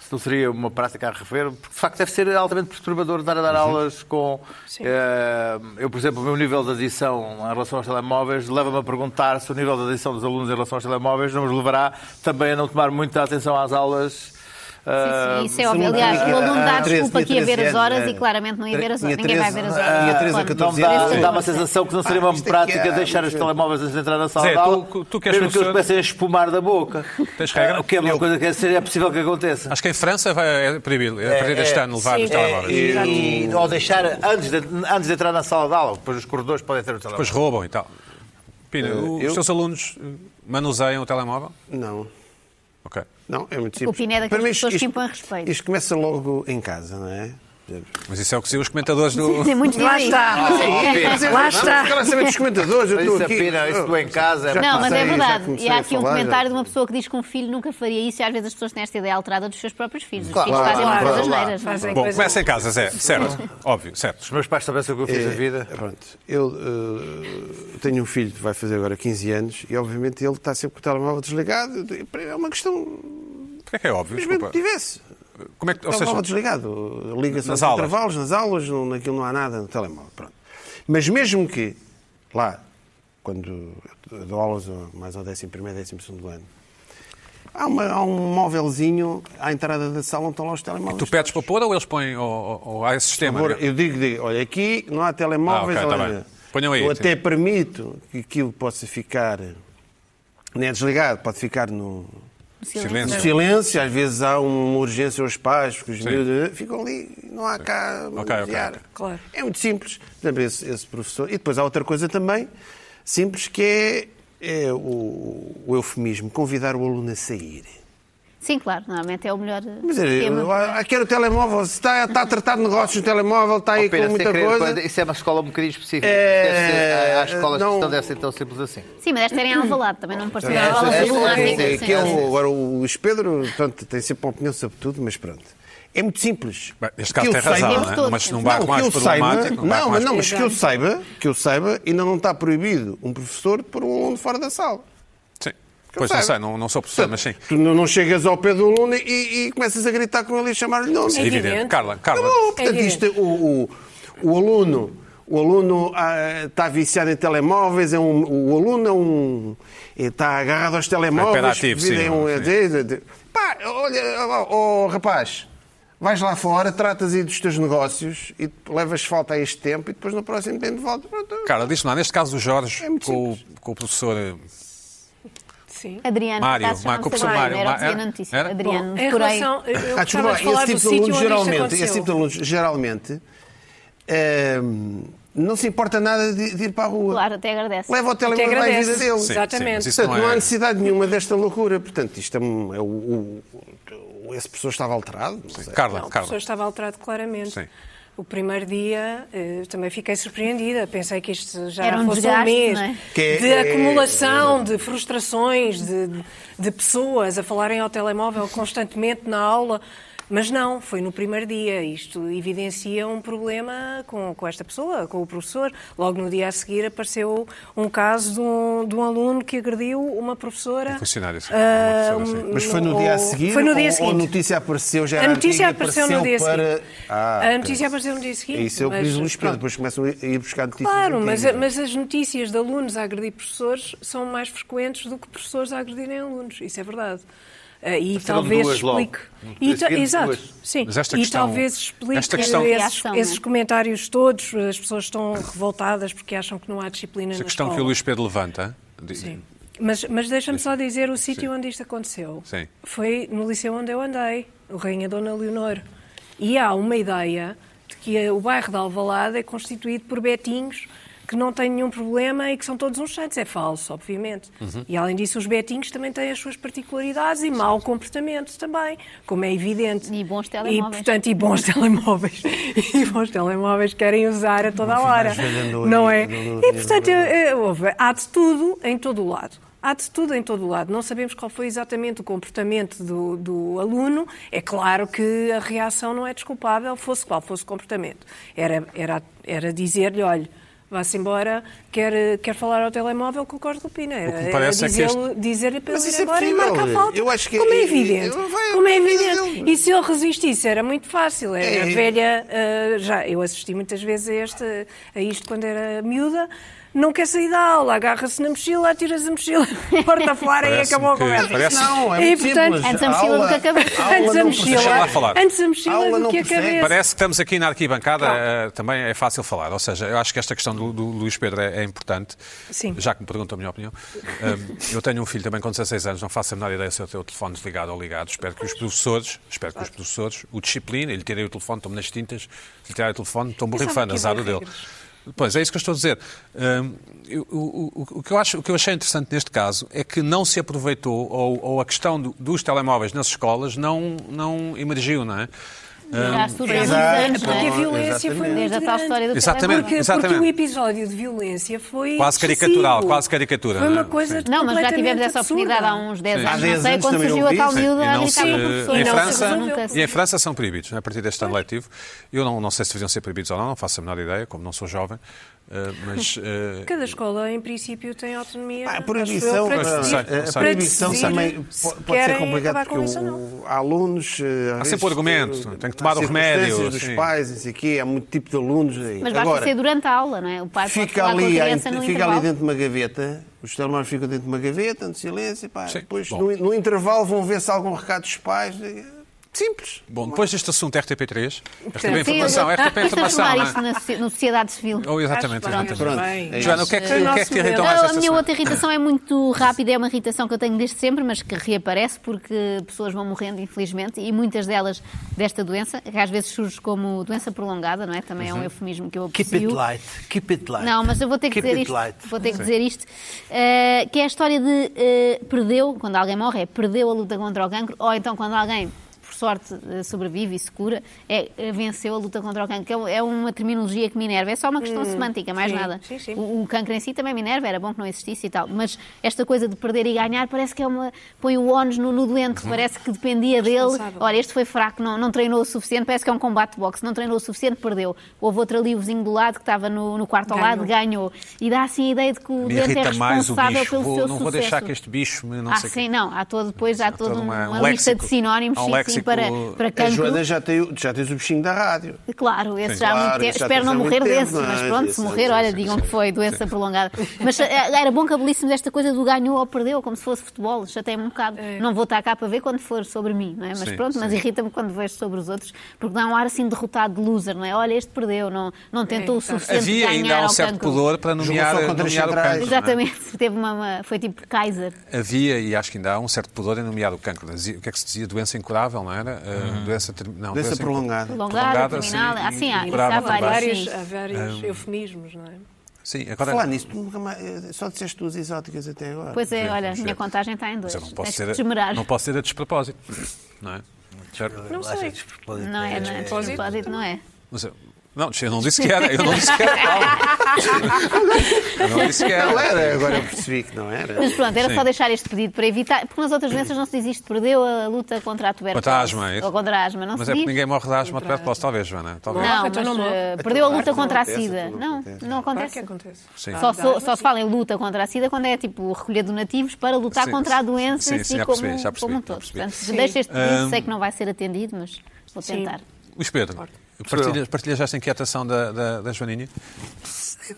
Speaker 5: se não seria uma prática a rever, porque de facto deve ser altamente perturbador dar a
Speaker 1: Uhum.
Speaker 5: dar aulas com. eh, eu, por exemplo, o meu nível de adição em relação aos telemóveis leva-me a perguntar se o nível de adição dos alunos em relação aos telemóveis não os levará também a não tomar muita atenção às aulas. eh,
Speaker 4: Sim, sim, isso é
Speaker 2: Isso
Speaker 4: óbvio.
Speaker 2: não
Speaker 4: Aliás,
Speaker 2: tinha-
Speaker 4: o aluno dá a
Speaker 2: ah, treze-
Speaker 4: desculpa que ia
Speaker 2: tinha
Speaker 4: ver as
Speaker 2: 13
Speaker 4: horas
Speaker 2: anos,
Speaker 4: e
Speaker 2: é.
Speaker 4: claramente não ia ver as horas.
Speaker 2: Tinha
Speaker 4: Ninguém vai
Speaker 2: 13
Speaker 4: ver as
Speaker 2: ah, tinha
Speaker 4: horas.
Speaker 2: 13 a
Speaker 4: Claro.
Speaker 2: 14
Speaker 5: Não
Speaker 2: anos.
Speaker 5: dá,
Speaker 4: Sim.
Speaker 5: dá uma sensação que não
Speaker 1: Ah,
Speaker 5: seria uma
Speaker 2: isto é
Speaker 5: prática
Speaker 2: que é-
Speaker 5: deixar os telemóveis antes de entrar na sala
Speaker 1: Zé,
Speaker 5: de aula,
Speaker 1: tu- tu que és
Speaker 5: mesmo que eles
Speaker 1: professor-
Speaker 5: comecem a espumar da boca.
Speaker 1: Tens regra?
Speaker 5: O que é uma coisa que é, seria possível que aconteça.
Speaker 1: Acho que em França vai, é proibido, a partir
Speaker 5: é,
Speaker 1: deste ano, levar
Speaker 3: sim.
Speaker 1: os
Speaker 5: É,
Speaker 1: telemóveis.
Speaker 5: e, ou deixar antes de, antes de entrar na sala de aula, depois os corredores podem ter o
Speaker 1: Depois
Speaker 5: telemóvel.
Speaker 1: roubam e tal. Pina, o-
Speaker 2: eu-
Speaker 1: os teus alunos eh, manuseiam o telemóvel?
Speaker 2: Não.
Speaker 1: Ok.
Speaker 2: Não, é muito simples.
Speaker 4: O Pineda, que
Speaker 2: Para
Speaker 4: as
Speaker 2: mim,
Speaker 4: pessoas
Speaker 2: isto-
Speaker 4: se impõem respeito.
Speaker 2: Isto começa logo em casa, não é?
Speaker 1: Mas isso é o que dizem os comentadores do.
Speaker 4: Tem muitos
Speaker 3: Lá
Speaker 4: livros.
Speaker 3: está. Lá está.
Speaker 2: Agora saber dos comentadores, eu estou
Speaker 5: Isso é
Speaker 2: aqui.
Speaker 5: pena, isso do em casa.
Speaker 2: Já
Speaker 4: Não, mas
Speaker 2: comecei,
Speaker 4: é
Speaker 2: já
Speaker 4: verdade.
Speaker 2: comecei
Speaker 4: E há
Speaker 2: a
Speaker 4: aqui um
Speaker 2: falar, já-
Speaker 4: comentário de uma pessoa que diz que um filho nunca faria isso e às vezes as pessoas têm esta ideia alterada dos seus próprios filhos. Os
Speaker 5: Claro,
Speaker 4: filhos fazem
Speaker 5: claro,
Speaker 4: muitas
Speaker 5: claro.
Speaker 4: asneiras. não é?
Speaker 3: Fazem
Speaker 1: Bom,
Speaker 3: coisas-
Speaker 1: começa em casa, Zé. Certo. Óbvio, certo.
Speaker 5: Os meus pais soubessem o que eu fiz na vida.
Speaker 2: É, Pronto, eu eh, tenho um filho que vai fazer agora 15 anos e, obviamente, ele está sempre com o telemóvel desligado. É uma questão.
Speaker 1: Porquê que é óbvio?
Speaker 2: Mas mesmo
Speaker 1: Desculpa.
Speaker 2: que tivesse.
Speaker 1: Como é que,
Speaker 2: O
Speaker 1: ou seja,
Speaker 2: telemóvel desligado. Liga-se
Speaker 1: Nas
Speaker 2: aos
Speaker 1: aulas.
Speaker 2: intervalos, nas aulas, não, naquilo não há nada no telemóvel. Pronto. Mas mesmo que lá, quando eu dou aulas ao- mais ao 11 primeiro, 12 segundo ano, há, uma- há um móvelzinho à entrada da sala onde estão lá os telemóveis.
Speaker 1: tu pedes para pôr ou eles põem, ou, ou- ou há esse sistema?
Speaker 2: Por favor,
Speaker 1: né?
Speaker 2: eu digo, digo, olha, aqui não há telemóveis.
Speaker 1: Ah, ok, tá
Speaker 2: olha,
Speaker 1: bem. Ponham aí,
Speaker 2: Eu
Speaker 1: sim.
Speaker 2: até permito que aquilo possa ficar, nem é desligado, pode ficar no no
Speaker 1: Silêncio.
Speaker 2: silêncio. Às vezes há uma urgência aos pais, porque os
Speaker 1: Sim.
Speaker 2: miúdos eh, ficam ali, não há cá
Speaker 1: Ok, ok,
Speaker 2: manusear.
Speaker 1: ok.
Speaker 3: Claro.
Speaker 2: É muito simples, por exemplo, esse, esse professor. E depois há outra coisa também simples que é, é o, o eufemismo, convidar o aluno a sair.
Speaker 4: Sim, claro. Normalmente é o melhor. eh,
Speaker 2: Mas é,
Speaker 4: esquema.
Speaker 2: eu- ah, quero o telemóvel, se está, está a tratar de negócios no telemóvel, está aí
Speaker 5: Oh, pena,
Speaker 2: com muita
Speaker 5: sem querer,
Speaker 2: coisa.
Speaker 5: quando- Isso é uma escola um bocadinho específica.
Speaker 2: É,
Speaker 5: Deve ser- eh, há- há escolas
Speaker 2: não-
Speaker 5: que não deve ser tão simples assim.
Speaker 4: Sim, mas esta era em Alvalade. Também não me pareceu.
Speaker 5: Sim,
Speaker 4: Era
Speaker 5: esta-
Speaker 4: aulas
Speaker 5: esta-
Speaker 4: simuláticas,
Speaker 5: sim,
Speaker 4: sim.
Speaker 2: que é o- agora o Luís Pedro portanto, tem sempre uma opinião sobre tudo, mas pronto. É muito simples.
Speaker 1: Bem, Neste caso
Speaker 2: Que eu
Speaker 1: tem razão,
Speaker 2: saiba-
Speaker 1: não é?
Speaker 4: todos.
Speaker 1: mas num
Speaker 4: Não,
Speaker 1: barco
Speaker 2: que
Speaker 1: mais
Speaker 2: eu saiba,
Speaker 1: problemático. num barco
Speaker 2: não, mas
Speaker 1: mais
Speaker 2: não, mas que eu saiba, que eu saiba, ainda não está proibido um professor pôr um aluno fora da sala.
Speaker 1: Sim.
Speaker 2: eu
Speaker 1: Pois não
Speaker 2: saiba.
Speaker 1: sei, não, não sou professor, mas sim.
Speaker 2: Tu não não chegas ao pé do aluno e, e começas a gritar com ele e chamar-lhe
Speaker 6: É
Speaker 2: nomes.
Speaker 3: Evidente.
Speaker 1: Evidente. Carla, Carla.
Speaker 2: Não, portanto,
Speaker 3: evidente.
Speaker 2: isto, o, o, o aluno, o aluno ah, está viciado em telemóveis, é um, o aluno é um, está agarrado aos telemóveis.
Speaker 1: Hiperativo,
Speaker 2: vive
Speaker 1: sim,
Speaker 2: em um-
Speaker 1: sim.
Speaker 2: de- de- de- pá, olha, ó, ó, rapaz, vais lá fora, tratas aí dos teus negócios e levas falta a este tempo e depois no próximo tempo de volta. Pronto.
Speaker 1: Carla, diz-me lá, neste caso do Jorge
Speaker 2: É muito
Speaker 1: com, o- com o professor eh,
Speaker 6: Sim.
Speaker 4: Adriano,
Speaker 1: Mário,
Speaker 4: Tassos,
Speaker 1: Marco,
Speaker 4: não sei
Speaker 1: professor
Speaker 4: qual
Speaker 1: Mário,
Speaker 4: Era o
Speaker 1: Ma-
Speaker 4: que dizia
Speaker 1: era?
Speaker 4: na notícia.
Speaker 1: Era?
Speaker 4: Adriano,
Speaker 6: Em
Speaker 4: por aí.
Speaker 6: relação, eu
Speaker 2: Ah,
Speaker 6: gostava
Speaker 2: desculpa,
Speaker 6: de falar
Speaker 2: esse
Speaker 6: do
Speaker 2: tipo de alunos
Speaker 6: sítio onde
Speaker 2: geralmente,
Speaker 6: isto
Speaker 2: esse tipo de
Speaker 6: aconteceu.
Speaker 2: alunos geralmente ehm, não se importa nada de, de ir para a rua.
Speaker 4: Claro, até agradece.
Speaker 2: Leva o telemóvel à vida dele.
Speaker 6: agradece. Sim,
Speaker 1: Sim, mas
Speaker 6: Exatamente.
Speaker 1: isso
Speaker 2: Portanto,
Speaker 1: não
Speaker 2: não, há
Speaker 1: é...
Speaker 2: necessidade nenhuma desta loucura. Portanto, isto é, um- é o, o- o- esse professor estava alterado. não sei.
Speaker 1: Carla,
Speaker 6: Não, o
Speaker 1: Carla.
Speaker 6: professor estava alterado claramente.
Speaker 1: Sim.
Speaker 6: O primeiro dia eh, também fiquei surpreendida. Pensei que isto já
Speaker 4: Era um
Speaker 6: fosse
Speaker 4: desgaste,
Speaker 6: um mês
Speaker 4: não é?
Speaker 2: Que é-
Speaker 6: de
Speaker 2: é-
Speaker 6: acumulação, de frustrações, de, de pessoas a falarem ao telemóvel constantemente na aula. Mas não, foi no primeiro dia. Isto evidencia um problema com, com esta pessoa, com o professor. Logo no dia a seguir apareceu um caso de um, de um aluno que agrediu uma
Speaker 2: É
Speaker 6: professora.
Speaker 1: Funcionário,
Speaker 2: assim,
Speaker 1: sim.
Speaker 6: ah,
Speaker 1: Uma professora, sim.
Speaker 2: Mas foi no
Speaker 6: ou-
Speaker 2: dia a seguir?
Speaker 6: Foi no dia
Speaker 2: ou,
Speaker 6: seguinte.
Speaker 2: ou a notícia apareceu já
Speaker 6: A
Speaker 2: era
Speaker 6: notícia
Speaker 2: antiga e
Speaker 6: apareceu no dia
Speaker 2: para...
Speaker 6: seguinte.
Speaker 2: Ah,
Speaker 6: a notícia apareceu no dia seguinte.
Speaker 2: Isso é o que
Speaker 6: mas-
Speaker 2: diz o Luís Pedro.
Speaker 6: pronto.
Speaker 2: Depois começam a ir buscar notícias.
Speaker 6: Claro, mas,
Speaker 2: antigas.
Speaker 6: mas as notícias de alunos a agredir professores são mais frequentes do que professores a agredirem alunos. Isso é verdade. Ah, E
Speaker 5: Apareceram
Speaker 6: talvez
Speaker 5: duas logo.
Speaker 6: explique.
Speaker 5: No dia
Speaker 6: E ta-
Speaker 5: seguinte,
Speaker 6: Exato.
Speaker 5: duas.
Speaker 6: Sim.
Speaker 1: Mas esta
Speaker 6: e
Speaker 1: questão-
Speaker 6: talvez explique
Speaker 1: esta questão-
Speaker 6: esses,
Speaker 4: Reação, não é?
Speaker 6: esses comentários todos. As pessoas estão revoltadas porque acham que não há disciplina
Speaker 1: Essa
Speaker 6: na
Speaker 1: questão
Speaker 6: escola.
Speaker 1: que o Luís Pedro levanta, de-
Speaker 6: Sim. Mas, mas deixa-me só dizer o sítio onde isto aconteceu.
Speaker 1: Sim.
Speaker 6: Foi no liceu onde eu andei, o Rainha Dona Leonor. E há uma ideia de que eh, o bairro de Alvalade é constituído por betinhos que não têm nenhum problema e que são todos uns santos. É falso, obviamente. E, além disso, os betinhos também têm as suas particularidades e mau comportamento também, como é evidente.
Speaker 4: E bons telemóveis.
Speaker 6: E, portanto, e bons telemóveis. [LAUGHS] e bons telemóveis querem usar a toda a hora.
Speaker 2: velha do-
Speaker 6: Não é?
Speaker 2: do- do-
Speaker 6: E, portanto,
Speaker 2: é
Speaker 6: eh, eh, houve- há de tudo em todo o lado. Há de tudo em todo o lado. Não sabemos qual foi exatamente o comportamento do, do aluno. É claro que a reação não é desculpável, fosse qual fosse o comportamento. Era, era, era dizer-lhe, olha, vá-se embora, quer, eh, quer falar ao telemóvel, concordo com o Pina. Era,
Speaker 1: que me
Speaker 6: era
Speaker 1: parece é que
Speaker 6: dizê-lo- dizer-lhe para
Speaker 2: Mas
Speaker 6: ele ir
Speaker 2: isso é
Speaker 6: embora e
Speaker 2: possível.
Speaker 6: marcar falta.
Speaker 2: Eu acho que
Speaker 6: como
Speaker 2: é-
Speaker 6: é evidente.
Speaker 2: eu- vai-
Speaker 6: como é
Speaker 2: vai-
Speaker 6: evidente. E se eu resistisse, era muito fácil. Era
Speaker 2: É.
Speaker 6: velha, ah, já, eu assisti muitas vezes a, este, a isto quando era miúda, não quer sair da aula, agarra-se na mochila, atiras a mochila, [LAUGHS] porta fora e
Speaker 1: eh, Parece-me
Speaker 6: acabou a
Speaker 1: que-
Speaker 6: conversa.
Speaker 1: parece-
Speaker 2: Não, é
Speaker 6: E,
Speaker 2: muito
Speaker 6: portanto,
Speaker 2: simples.
Speaker 4: antes a mochila do que a cabeça.
Speaker 2: aula
Speaker 6: Antes a
Speaker 2: não
Speaker 6: mochila.
Speaker 2: persegue.
Speaker 1: Deixa lá falar.
Speaker 6: Antes a mochila
Speaker 2: Aula
Speaker 6: do
Speaker 2: não
Speaker 6: que a
Speaker 2: persegue.
Speaker 6: cabeça.
Speaker 1: Parece que estamos aqui na arquibancada, eh, também é fácil falar. Ou seja, eu acho que esta questão do, do Luís Pedro é, é importante,
Speaker 6: Sim.
Speaker 1: já que me perguntam a minha opinião. Ahm, eu tenho um filho também com 16 anos, não faço a menor ideia se eu tenho o telefone desligado ou ligado. Espero que os professores, espero que os professores o disciplinem, lhe tirem o telefone, estão nas tintas, se lhe tirarem o telefone, estão borrifando,
Speaker 6: Pensava
Speaker 1: azar
Speaker 6: que
Speaker 1: o
Speaker 6: havia
Speaker 1: dele. Pois, é isso que eu estou a dizer. Ahm, eu- o, o- o que eu acho, o que eu achei interessante neste caso é que não se aproveitou, ou, ou a questão do- dos telemóveis nas escolas não, não emergiu, não é?
Speaker 4: Já surge há muitos
Speaker 2: Exato.
Speaker 4: anos, não
Speaker 6: Porque a
Speaker 4: é?
Speaker 6: violência foi
Speaker 2: Exatamente.
Speaker 6: muito
Speaker 4: Desde a tal
Speaker 6: grande.
Speaker 4: história do
Speaker 1: Exatamente.
Speaker 4: telemóvel.
Speaker 6: Porque, porque
Speaker 1: Exatamente.
Speaker 6: o episódio de violência foi.
Speaker 1: Quase
Speaker 6: excessivo.
Speaker 1: caricatural, quase caricatura,
Speaker 6: Foi
Speaker 1: não é?
Speaker 6: uma coisa
Speaker 1: Sim.
Speaker 4: Não, mas já tivemos
Speaker 6: completamente
Speaker 4: essa oportunidade há um
Speaker 6: absurda.
Speaker 4: uns 10
Speaker 1: Sim.
Speaker 4: anos,
Speaker 2: Há
Speaker 4: não
Speaker 2: 10
Speaker 4: sei,
Speaker 2: anos
Speaker 4: quando
Speaker 2: também
Speaker 4: surgiu a
Speaker 2: ouvi,
Speaker 4: tal
Speaker 2: sim.
Speaker 4: miúda a
Speaker 1: E não
Speaker 4: gritar
Speaker 1: se-
Speaker 4: com o
Speaker 1: em
Speaker 4: professor.
Speaker 6: não se
Speaker 1: França,
Speaker 6: resolveu.
Speaker 4: assim.
Speaker 1: e em França são proibidos, não é? a partir deste ano letivo. Eu não, não sei se deviam ser proibidos ou não, não faço a menor ideia, como não sou jovem, eh,
Speaker 4: [LAUGHS]
Speaker 1: mas eh,
Speaker 6: Cada escola, em princípio, tem autonomia.
Speaker 2: Ah, a
Speaker 6: acho
Speaker 2: proibição,
Speaker 6: eu, para
Speaker 2: ah,
Speaker 6: decidir-
Speaker 1: não sei, não
Speaker 2: a
Speaker 1: sei.
Speaker 6: para
Speaker 2: proibição
Speaker 6: decidir
Speaker 2: também
Speaker 6: se
Speaker 2: po- pode ser
Speaker 6: querem acabar
Speaker 2: complicado
Speaker 6: com
Speaker 2: porque
Speaker 6: isso ou não.
Speaker 2: o- há alunos. eh, às
Speaker 1: Há
Speaker 2: vezes,
Speaker 1: sempre o argumento,
Speaker 2: eh,
Speaker 1: tem que tomar o
Speaker 2: há
Speaker 1: remédio,
Speaker 2: circunstâncias dos
Speaker 1: sim.
Speaker 2: pais, não sei o quê, há muito tipo de alunos. aí.
Speaker 4: Mas basta
Speaker 2: Agora,
Speaker 4: ser durante a aula, não é? O pai pode
Speaker 2: fica
Speaker 4: falar com a
Speaker 2: ali, à-
Speaker 4: criança no
Speaker 2: fica ali
Speaker 4: intervalo.
Speaker 2: dentro de uma gaveta, os telemóveis ficam dentro de uma gaveta, no silêncio, pá,
Speaker 1: Sim,
Speaker 2: depois
Speaker 1: bom.
Speaker 2: no, no intervalo vão ver se há algum recado dos pais. eh, Simples.
Speaker 1: bom, depois deste assunto RTP3, RTP
Speaker 6: Sim,
Speaker 1: Informação,
Speaker 4: eu-
Speaker 1: RTP Informação,
Speaker 4: transformar
Speaker 1: não
Speaker 4: isso é?
Speaker 1: é? Oh,
Speaker 4: na, socie- na sociedade civil.
Speaker 1: Ou exatamente,
Speaker 6: Acho bem,
Speaker 1: exatamente.
Speaker 2: Pronto.
Speaker 6: bem.
Speaker 2: é
Speaker 1: Joana,
Speaker 2: isso.
Speaker 1: o que é que,
Speaker 6: É
Speaker 1: o que,
Speaker 6: o
Speaker 1: é que
Speaker 6: nosso
Speaker 1: te irritou
Speaker 6: modelo.
Speaker 1: mais
Speaker 4: Não, a
Speaker 1: esta
Speaker 4: minha
Speaker 1: semana?
Speaker 4: outra irritação é muito rápida, é uma irritação que eu tenho desde sempre, mas que reaparece porque pessoas vão morrendo, infelizmente, e muitas delas desta doença, que às vezes surge como doença prolongada, não é? Também é um eufemismo que eu aprecio.
Speaker 5: Keep it light, keep it light.
Speaker 4: Não, mas eu vou ter que
Speaker 5: Keep
Speaker 4: dizer
Speaker 5: it
Speaker 4: isto.
Speaker 5: light.
Speaker 4: Vou ter que dizer isto. eh, que é a história de eh, perdeu, quando alguém morre, é perdeu a luta contra o cancro, ou então quando alguém, por sorte, eh, sobrevive e se cura, é eh, venceu a luta contra o cancro. que é um- É uma terminologia que me enerva. É só uma questão semântica, mais
Speaker 6: Hum, sim,
Speaker 4: nada.
Speaker 6: sim, sim.
Speaker 4: O, o cancro em si também me enerva, era bom que não existisse e tal. Mas esta coisa de perder e ganhar parece que é uma. põe o ónus no, no doente, parece que dependia dele.
Speaker 6: Responsável.
Speaker 4: Olha, este foi fraco, não, não treinou o suficiente, parece que é um combate de boxe, não treinou o suficiente, perdeu. Houve outro ali, o vizinho do lado, que estava no, no quarto ao
Speaker 6: Ganhou.
Speaker 4: lado, ganhou. E dá assim a ideia de que o
Speaker 1: Me
Speaker 4: doente é
Speaker 1: irrita mais o
Speaker 4: responsável
Speaker 1: bicho.
Speaker 4: pelo
Speaker 1: Vou-
Speaker 4: seu
Speaker 1: não
Speaker 4: sucesso.
Speaker 1: vou deixar que este bicho me não
Speaker 4: ah,
Speaker 1: sei o quê.
Speaker 4: sim, não. Há todo, depois há toda
Speaker 1: toda
Speaker 4: uma,
Speaker 1: uma- um
Speaker 4: lista
Speaker 1: léxico.
Speaker 4: de sinónimos.
Speaker 1: Há um
Speaker 4: sim, sim.
Speaker 1: léxico
Speaker 4: para, para
Speaker 2: A
Speaker 4: cancro.
Speaker 2: Joana já, tem, o- já tens o bichinho da rádio.
Speaker 4: Claro, esse
Speaker 2: Sim.
Speaker 4: já há muito
Speaker 2: Claro,
Speaker 4: tempo.
Speaker 2: já
Speaker 4: Espero
Speaker 2: tens há
Speaker 4: não
Speaker 2: muito
Speaker 4: morrer
Speaker 2: tempo,
Speaker 4: desse,
Speaker 2: não é?
Speaker 4: mas pronto, se
Speaker 2: Sim,
Speaker 4: morrer,
Speaker 2: sim,
Speaker 4: olha,
Speaker 2: sim,
Speaker 4: digam
Speaker 2: sim.
Speaker 4: que foi doença prolongada. Mas eh, era bom cabalíssimo desta coisa do ganhou ou perdeu, como se fosse futebol, já tem um bocado. Não vou estar cá para ver quando for sobre mim, não é? Mas
Speaker 1: É. Sim,
Speaker 4: pronto, mas
Speaker 1: sim.
Speaker 4: irrita-me quando vejo sobre os outros, porque dá um ar assim derrotado de loser, não é? Olha, este perdeu, não, não tentou o suficiente
Speaker 1: É. Havia
Speaker 4: ganhar
Speaker 1: ainda há um
Speaker 4: ao
Speaker 1: certo
Speaker 4: cancro.
Speaker 1: pudor para
Speaker 2: Jogou
Speaker 1: nomear,
Speaker 2: só contra os
Speaker 1: nomear o cancro. não
Speaker 2: centrais.
Speaker 1: é? Ah,
Speaker 4: Exatamente, [LAUGHS] teve uma, uma- foi tipo Kaiser.
Speaker 1: Havia, e acho que ainda há, um certo pudor em nomear o cancro. Dizia- O que é que se dizia? Doença incurável, não era? Uh, Doença, ter... não,
Speaker 2: Doença
Speaker 1: incu-
Speaker 2: prolongada.
Speaker 4: Prolongada,
Speaker 1: Prolongada,
Speaker 4: terminal,
Speaker 1: sim,
Speaker 4: assim, há, isso
Speaker 1: incurável
Speaker 4: há
Speaker 1: também.
Speaker 4: vários.
Speaker 6: vários,
Speaker 4: sim.
Speaker 6: há vários eufemismos, não é?
Speaker 1: Sim,
Speaker 2: Para falar
Speaker 1: agora...
Speaker 2: nisso, tu nunca mais- eh, só disseste duas exóticas até agora.
Speaker 4: Pois é,
Speaker 1: Sim,
Speaker 4: olha, a
Speaker 1: sim.
Speaker 4: minha contagem está em dois.
Speaker 1: Mas eu não posso,
Speaker 4: Tens que
Speaker 1: ser a,
Speaker 4: desmerar.
Speaker 1: não posso ser a
Speaker 4: [LAUGHS]
Speaker 1: despropósito, não é? Certo?
Speaker 6: Não
Speaker 5: Acho
Speaker 6: sei.
Speaker 5: despropósito.
Speaker 4: Não é, não é?
Speaker 6: Despropósito.
Speaker 4: Despropósito, não é?
Speaker 1: Não, sei. Não, eu não disse que era, eu não disse que era tal. Eu não disse que
Speaker 2: Não é?
Speaker 1: era.
Speaker 2: era, agora eu percebi que não era.
Speaker 4: Mas pronto, era
Speaker 1: Sim.
Speaker 4: só deixar este pedido para evitar, porque nas outras doenças não se diz isto, perdeu a luta contra a tuberculose.
Speaker 1: Contra a asma, é isso?
Speaker 4: Ou contra a asma, não
Speaker 1: Mas
Speaker 4: se
Speaker 1: é porque
Speaker 4: diz.
Speaker 1: ninguém É morre de asma de tuberculose, talvez, Joana. Talvez.
Speaker 6: Morre,
Speaker 4: Não, mas
Speaker 6: então não morre.
Speaker 4: eh,
Speaker 6: Então,
Speaker 4: perdeu a
Speaker 2: claro
Speaker 4: luta
Speaker 2: que não
Speaker 4: contra a
Speaker 1: é
Speaker 2: acontece,
Speaker 4: SIDA.
Speaker 2: tudo
Speaker 4: Não,
Speaker 2: acontece.
Speaker 4: não
Speaker 6: Claro é que
Speaker 4: acontece.
Speaker 6: acontece.
Speaker 1: Sim.
Speaker 4: Só, só- só se fala em luta contra a SIDA quando é tipo recolher donativos para lutar
Speaker 1: Sim,
Speaker 4: contra a
Speaker 1: sim,
Speaker 4: doença
Speaker 1: sim,
Speaker 4: em si
Speaker 1: sim, já
Speaker 4: como,
Speaker 1: percebi, já percebi,
Speaker 4: como um
Speaker 1: já
Speaker 4: todo.
Speaker 1: percebi. Um,
Speaker 4: Portanto, deixa este pedido, sei que não vai ser atendido, mas vou tentar.
Speaker 1: Luís Pedro, partilhas, partilhas esta inquietação da, da, da Joaninha?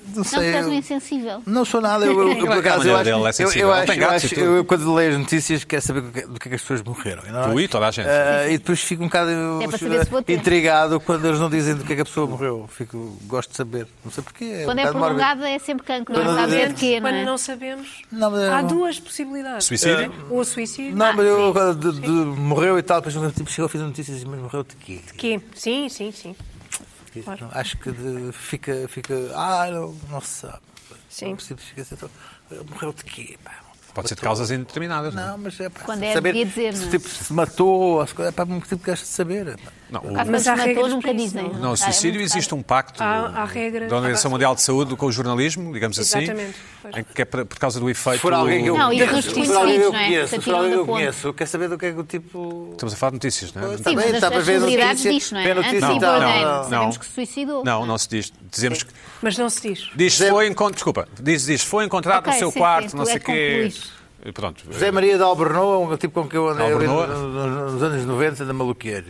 Speaker 5: Não
Speaker 4: Não, porque
Speaker 5: sei.
Speaker 4: és um
Speaker 5: eu-
Speaker 4: insensível.
Speaker 5: Não sou nada, eu, eu, eu por
Speaker 1: Aquela
Speaker 5: acaso, eu
Speaker 1: maneira
Speaker 5: acho,
Speaker 1: dela [LAUGHS] é
Speaker 5: eu,
Speaker 1: sensível.
Speaker 5: eu,
Speaker 1: Ela
Speaker 5: acho,
Speaker 1: tem
Speaker 5: eu,
Speaker 1: gatos e
Speaker 5: acho-
Speaker 1: tudo.
Speaker 5: eu, quando leio as notícias quero saber do que, do que é que as pessoas morreram. não é?
Speaker 1: Tu e toda a gente.
Speaker 5: Ah, e depois fico um bocado eu,
Speaker 4: É para saber se vou ter.
Speaker 5: intrigado quando eles não dizem do que é que a pessoa morreu. Fico, gosto de saber. Não sei porquê.
Speaker 4: Quando
Speaker 5: um
Speaker 4: é
Speaker 5: bocado mórbido.
Speaker 4: prolongada é sempre cancro,
Speaker 5: Quando
Speaker 4: não
Speaker 5: não
Speaker 4: sabes é de
Speaker 5: dizemos,
Speaker 4: quê, não
Speaker 6: Quando
Speaker 4: é?
Speaker 6: não sabemos,
Speaker 5: Não, mas-
Speaker 6: há duas possibilidades.
Speaker 1: Suicídio?
Speaker 6: Ou suicídio.
Speaker 5: Não, mas
Speaker 4: sim.
Speaker 5: eu agora de- de- morreu e tal, depois nunca tipo, chegou a fazer notícias e disse, mas morreu de quê? Tipo,
Speaker 6: Que? Sim, sim, sim.
Speaker 5: Não, Acho que de- fica, fica. Ah, não, não se sabe.
Speaker 6: Sim.
Speaker 5: Não é possível, fica assim, então, morreu de quê? Pá?
Speaker 1: Pode ser de causas indeterminadas, não é?
Speaker 5: Não, mas é pá,
Speaker 4: Quando é,
Speaker 5: saber
Speaker 4: devia dizer, não
Speaker 5: se,
Speaker 4: é?
Speaker 5: tipo, se matou, ou se, é pá, um tipo que gosta de saber. é pá.
Speaker 1: Não, o-
Speaker 4: Mas,
Speaker 6: Mas
Speaker 4: se
Speaker 6: há
Speaker 4: matou,
Speaker 6: regras
Speaker 4: nunca
Speaker 6: para isso,
Speaker 4: dizem.
Speaker 6: não?
Speaker 1: Não, o suicídio existe um pacto
Speaker 6: é Há- há regras.
Speaker 1: da Organização Mundial de Saúde com o jornalismo, digamos assim,
Speaker 6: Exatamente, pois.
Speaker 1: em que é para- por causa do efeito...
Speaker 5: Se for alguém que eu
Speaker 4: Não, e dos
Speaker 5: conheço, se for alguém que
Speaker 4: desconhecidos,
Speaker 5: eu
Speaker 4: não é?
Speaker 5: conheço, se for
Speaker 4: Satiram
Speaker 5: alguém que
Speaker 4: da
Speaker 5: eu
Speaker 4: ponte.
Speaker 5: conheço, eu quero saber do que é que o tipo.
Speaker 1: Estamos a falar de notícias, não é?
Speaker 5: Pois, né?
Speaker 4: Sim,
Speaker 5: Também,
Speaker 4: mas
Speaker 5: tá,
Speaker 4: as,
Speaker 5: para
Speaker 4: as
Speaker 5: ver as
Speaker 4: celebridades
Speaker 5: notícias,
Speaker 4: diz, não é?
Speaker 5: ver
Speaker 4: Antes
Speaker 5: notícias
Speaker 4: de
Speaker 5: e tal. Não,
Speaker 4: Bourdain,
Speaker 5: não.
Speaker 4: sabemos que se suicidou.
Speaker 1: Não, não se diz. Dizemos que...
Speaker 6: Mas não se diz.
Speaker 1: Diz, foi, encont... Desculpa, diz, diz, foi encontrado
Speaker 4: Ok,
Speaker 1: no seu
Speaker 4: sim,
Speaker 1: quarto,
Speaker 4: sim,
Speaker 1: não
Speaker 4: tu é
Speaker 1: sei o
Speaker 4: que
Speaker 1: quê...
Speaker 4: concluís.
Speaker 1: Pronto.
Speaker 5: José Maria de Albornoa, um tipo com quem eu andei ali
Speaker 1: Albornoa?
Speaker 5: nos nos anos 90 da maluqueira.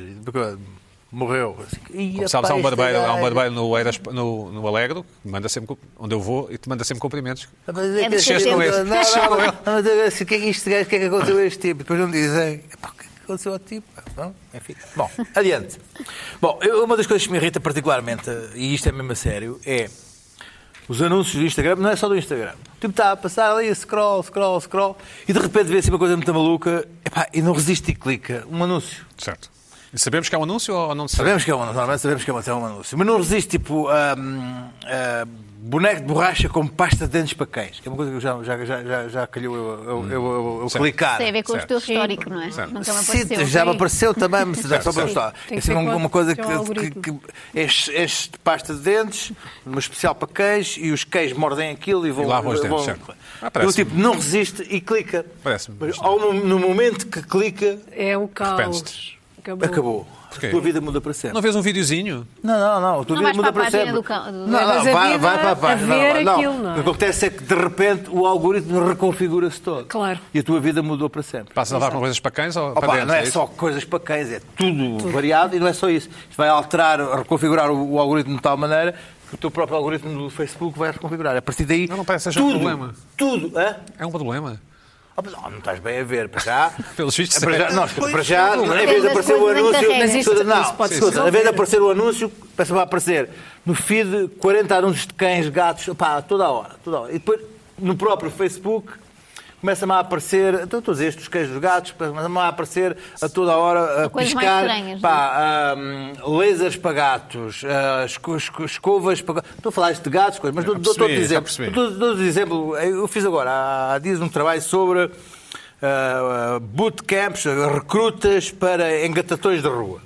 Speaker 5: Morreu. Assim,
Speaker 1: Como
Speaker 5: "Ia,
Speaker 1: sabes, há
Speaker 5: pá,
Speaker 1: um
Speaker 5: este é
Speaker 1: barbeiro, há um
Speaker 5: gajo".
Speaker 1: barbeiro no, Eiras- no, no Alegro, que manda sempre, cu- onde eu vou, e te manda sempre cumprimentos.
Speaker 5: Ah, mas é
Speaker 4: É
Speaker 5: que-
Speaker 4: do seu tempo.
Speaker 5: não, não, não, não, mas eu disse, O que é que este gajo, o que é que aconteceu a este tipo? Depois não dizem. "Epá, O que é que aconteceu ao tipo? Não? Enfim. Bom, adiante. Bom, eu- uma das coisas que me irrita particularmente, e isto é mesmo a sério, é os anúncios do Instagram, não é só do Instagram. O tipo está a passar ali, scroll, scroll, scroll, e de repente vê assim uma coisa muito maluca, epá, e não resiste e clica. Um anúncio.
Speaker 1: Certo. E sabemos que há um anúncio ou não sabemos?
Speaker 5: Sabemos que é um anúncio, normalmente sabemos que é um, é um anúncio. Mas não resiste, tipo, a, hum, a boneco de borracha com pasta de dentes para cães. Que é uma coisa que eu já, já, já, já, já calhou eu, eu, eu, eu, eu
Speaker 1: Sim.
Speaker 5: clicar.
Speaker 4: Tem a ver com
Speaker 1: Certo.
Speaker 4: o teu histórico, não é?
Speaker 1: Certo.
Speaker 4: Nunca me
Speaker 5: Sim,
Speaker 4: apareceu.
Speaker 5: já me
Speaker 4: Sim.
Speaker 5: apareceu também, mas já só para
Speaker 1: Certo.
Speaker 5: mostrar.
Speaker 6: Tem
Speaker 5: É
Speaker 6: que
Speaker 5: assim,
Speaker 6: ser
Speaker 5: uma,
Speaker 6: com-
Speaker 5: uma coisa que,
Speaker 6: tem um
Speaker 5: que,
Speaker 6: algoritmo.
Speaker 5: que este, este pasta de dentes, uma especial para cães, e os cães mordem aquilo e vão.
Speaker 1: E lavam os
Speaker 5: vão-
Speaker 1: dentes, certo. Ah,
Speaker 5: E o
Speaker 1: parece-me.
Speaker 5: tipo não resiste e clica.
Speaker 1: Parece-me
Speaker 5: Mas
Speaker 1: bastante.
Speaker 5: ao mo- no momento que clica,
Speaker 6: É o caos.
Speaker 1: Arrependes-te.
Speaker 6: Acabou.
Speaker 5: acabou.
Speaker 1: Porquê?
Speaker 5: A tua vida muda para sempre.
Speaker 1: Não vês um videozinho?
Speaker 5: Não, não, não. Tu
Speaker 4: Não
Speaker 5: vês
Speaker 4: vais
Speaker 5: muda
Speaker 4: para a
Speaker 5: para
Speaker 4: página
Speaker 5: sempre.
Speaker 4: do cão- do-
Speaker 5: Não,
Speaker 6: Mas
Speaker 5: não,
Speaker 6: a
Speaker 5: vai,
Speaker 6: vida
Speaker 5: vai para a página.
Speaker 6: a ver
Speaker 5: não, não.
Speaker 6: aquilo, não é?
Speaker 5: O que acontece é que de repente o algoritmo reconfigura-se todo.
Speaker 6: Claro.
Speaker 5: E a tua vida mudou para sempre.
Speaker 1: Passas a levar com coisas para cães ou
Speaker 5: Opa,
Speaker 1: para dentro?
Speaker 5: não é
Speaker 1: isso?
Speaker 5: só coisas para cães, é tudo, variado e não é só isso. Isto vai alterar, reconfigurar o, o algoritmo de tal maneira que o teu próprio algoritmo do Facebook vai reconfigurar. A partir daí.
Speaker 1: Não, não parece que seja um
Speaker 5: tudo,
Speaker 1: problema.
Speaker 5: Tudo, hã?
Speaker 1: É um problema.
Speaker 5: Ah, mas, oh, não estás bem a ver, para já.
Speaker 1: [LAUGHS] Pelos vistos,
Speaker 5: Para já,
Speaker 1: é.
Speaker 5: não, para já, em vez de
Speaker 4: Pelas
Speaker 5: aparecer
Speaker 4: coisas em
Speaker 5: o
Speaker 4: que
Speaker 5: anúncio.
Speaker 4: carregas. Mas
Speaker 6: isto-
Speaker 5: não,
Speaker 6: isso pode
Speaker 5: sim,
Speaker 6: ser
Speaker 5: escuta, em vez de
Speaker 6: resolvido.
Speaker 5: aparecer o anúncio, começa a aparecer no feed 40 anúncios de cães, gatos, pá, toda a hora, toda a hora. E depois, no próprio Facebook. Começa-me a aparecer, então, todos estes os cães dos gatos, começa-me a aparecer a toda a hora a
Speaker 4: Coisas mais
Speaker 5: piscar,
Speaker 4: estranhas,
Speaker 5: pá, ah, lasers para gatos, ah, esco- esco- escovas para gatos. Tu falaste de gatos, coisas, mas
Speaker 1: Já
Speaker 5: dou- dou-te outro
Speaker 1: percebi, já
Speaker 5: exemplo.
Speaker 1: percebi.
Speaker 5: Dou- dou-te exemplo, eu fiz agora há- há dias um trabalho sobre ah, bootcamps, recrutas para engatadores de rua.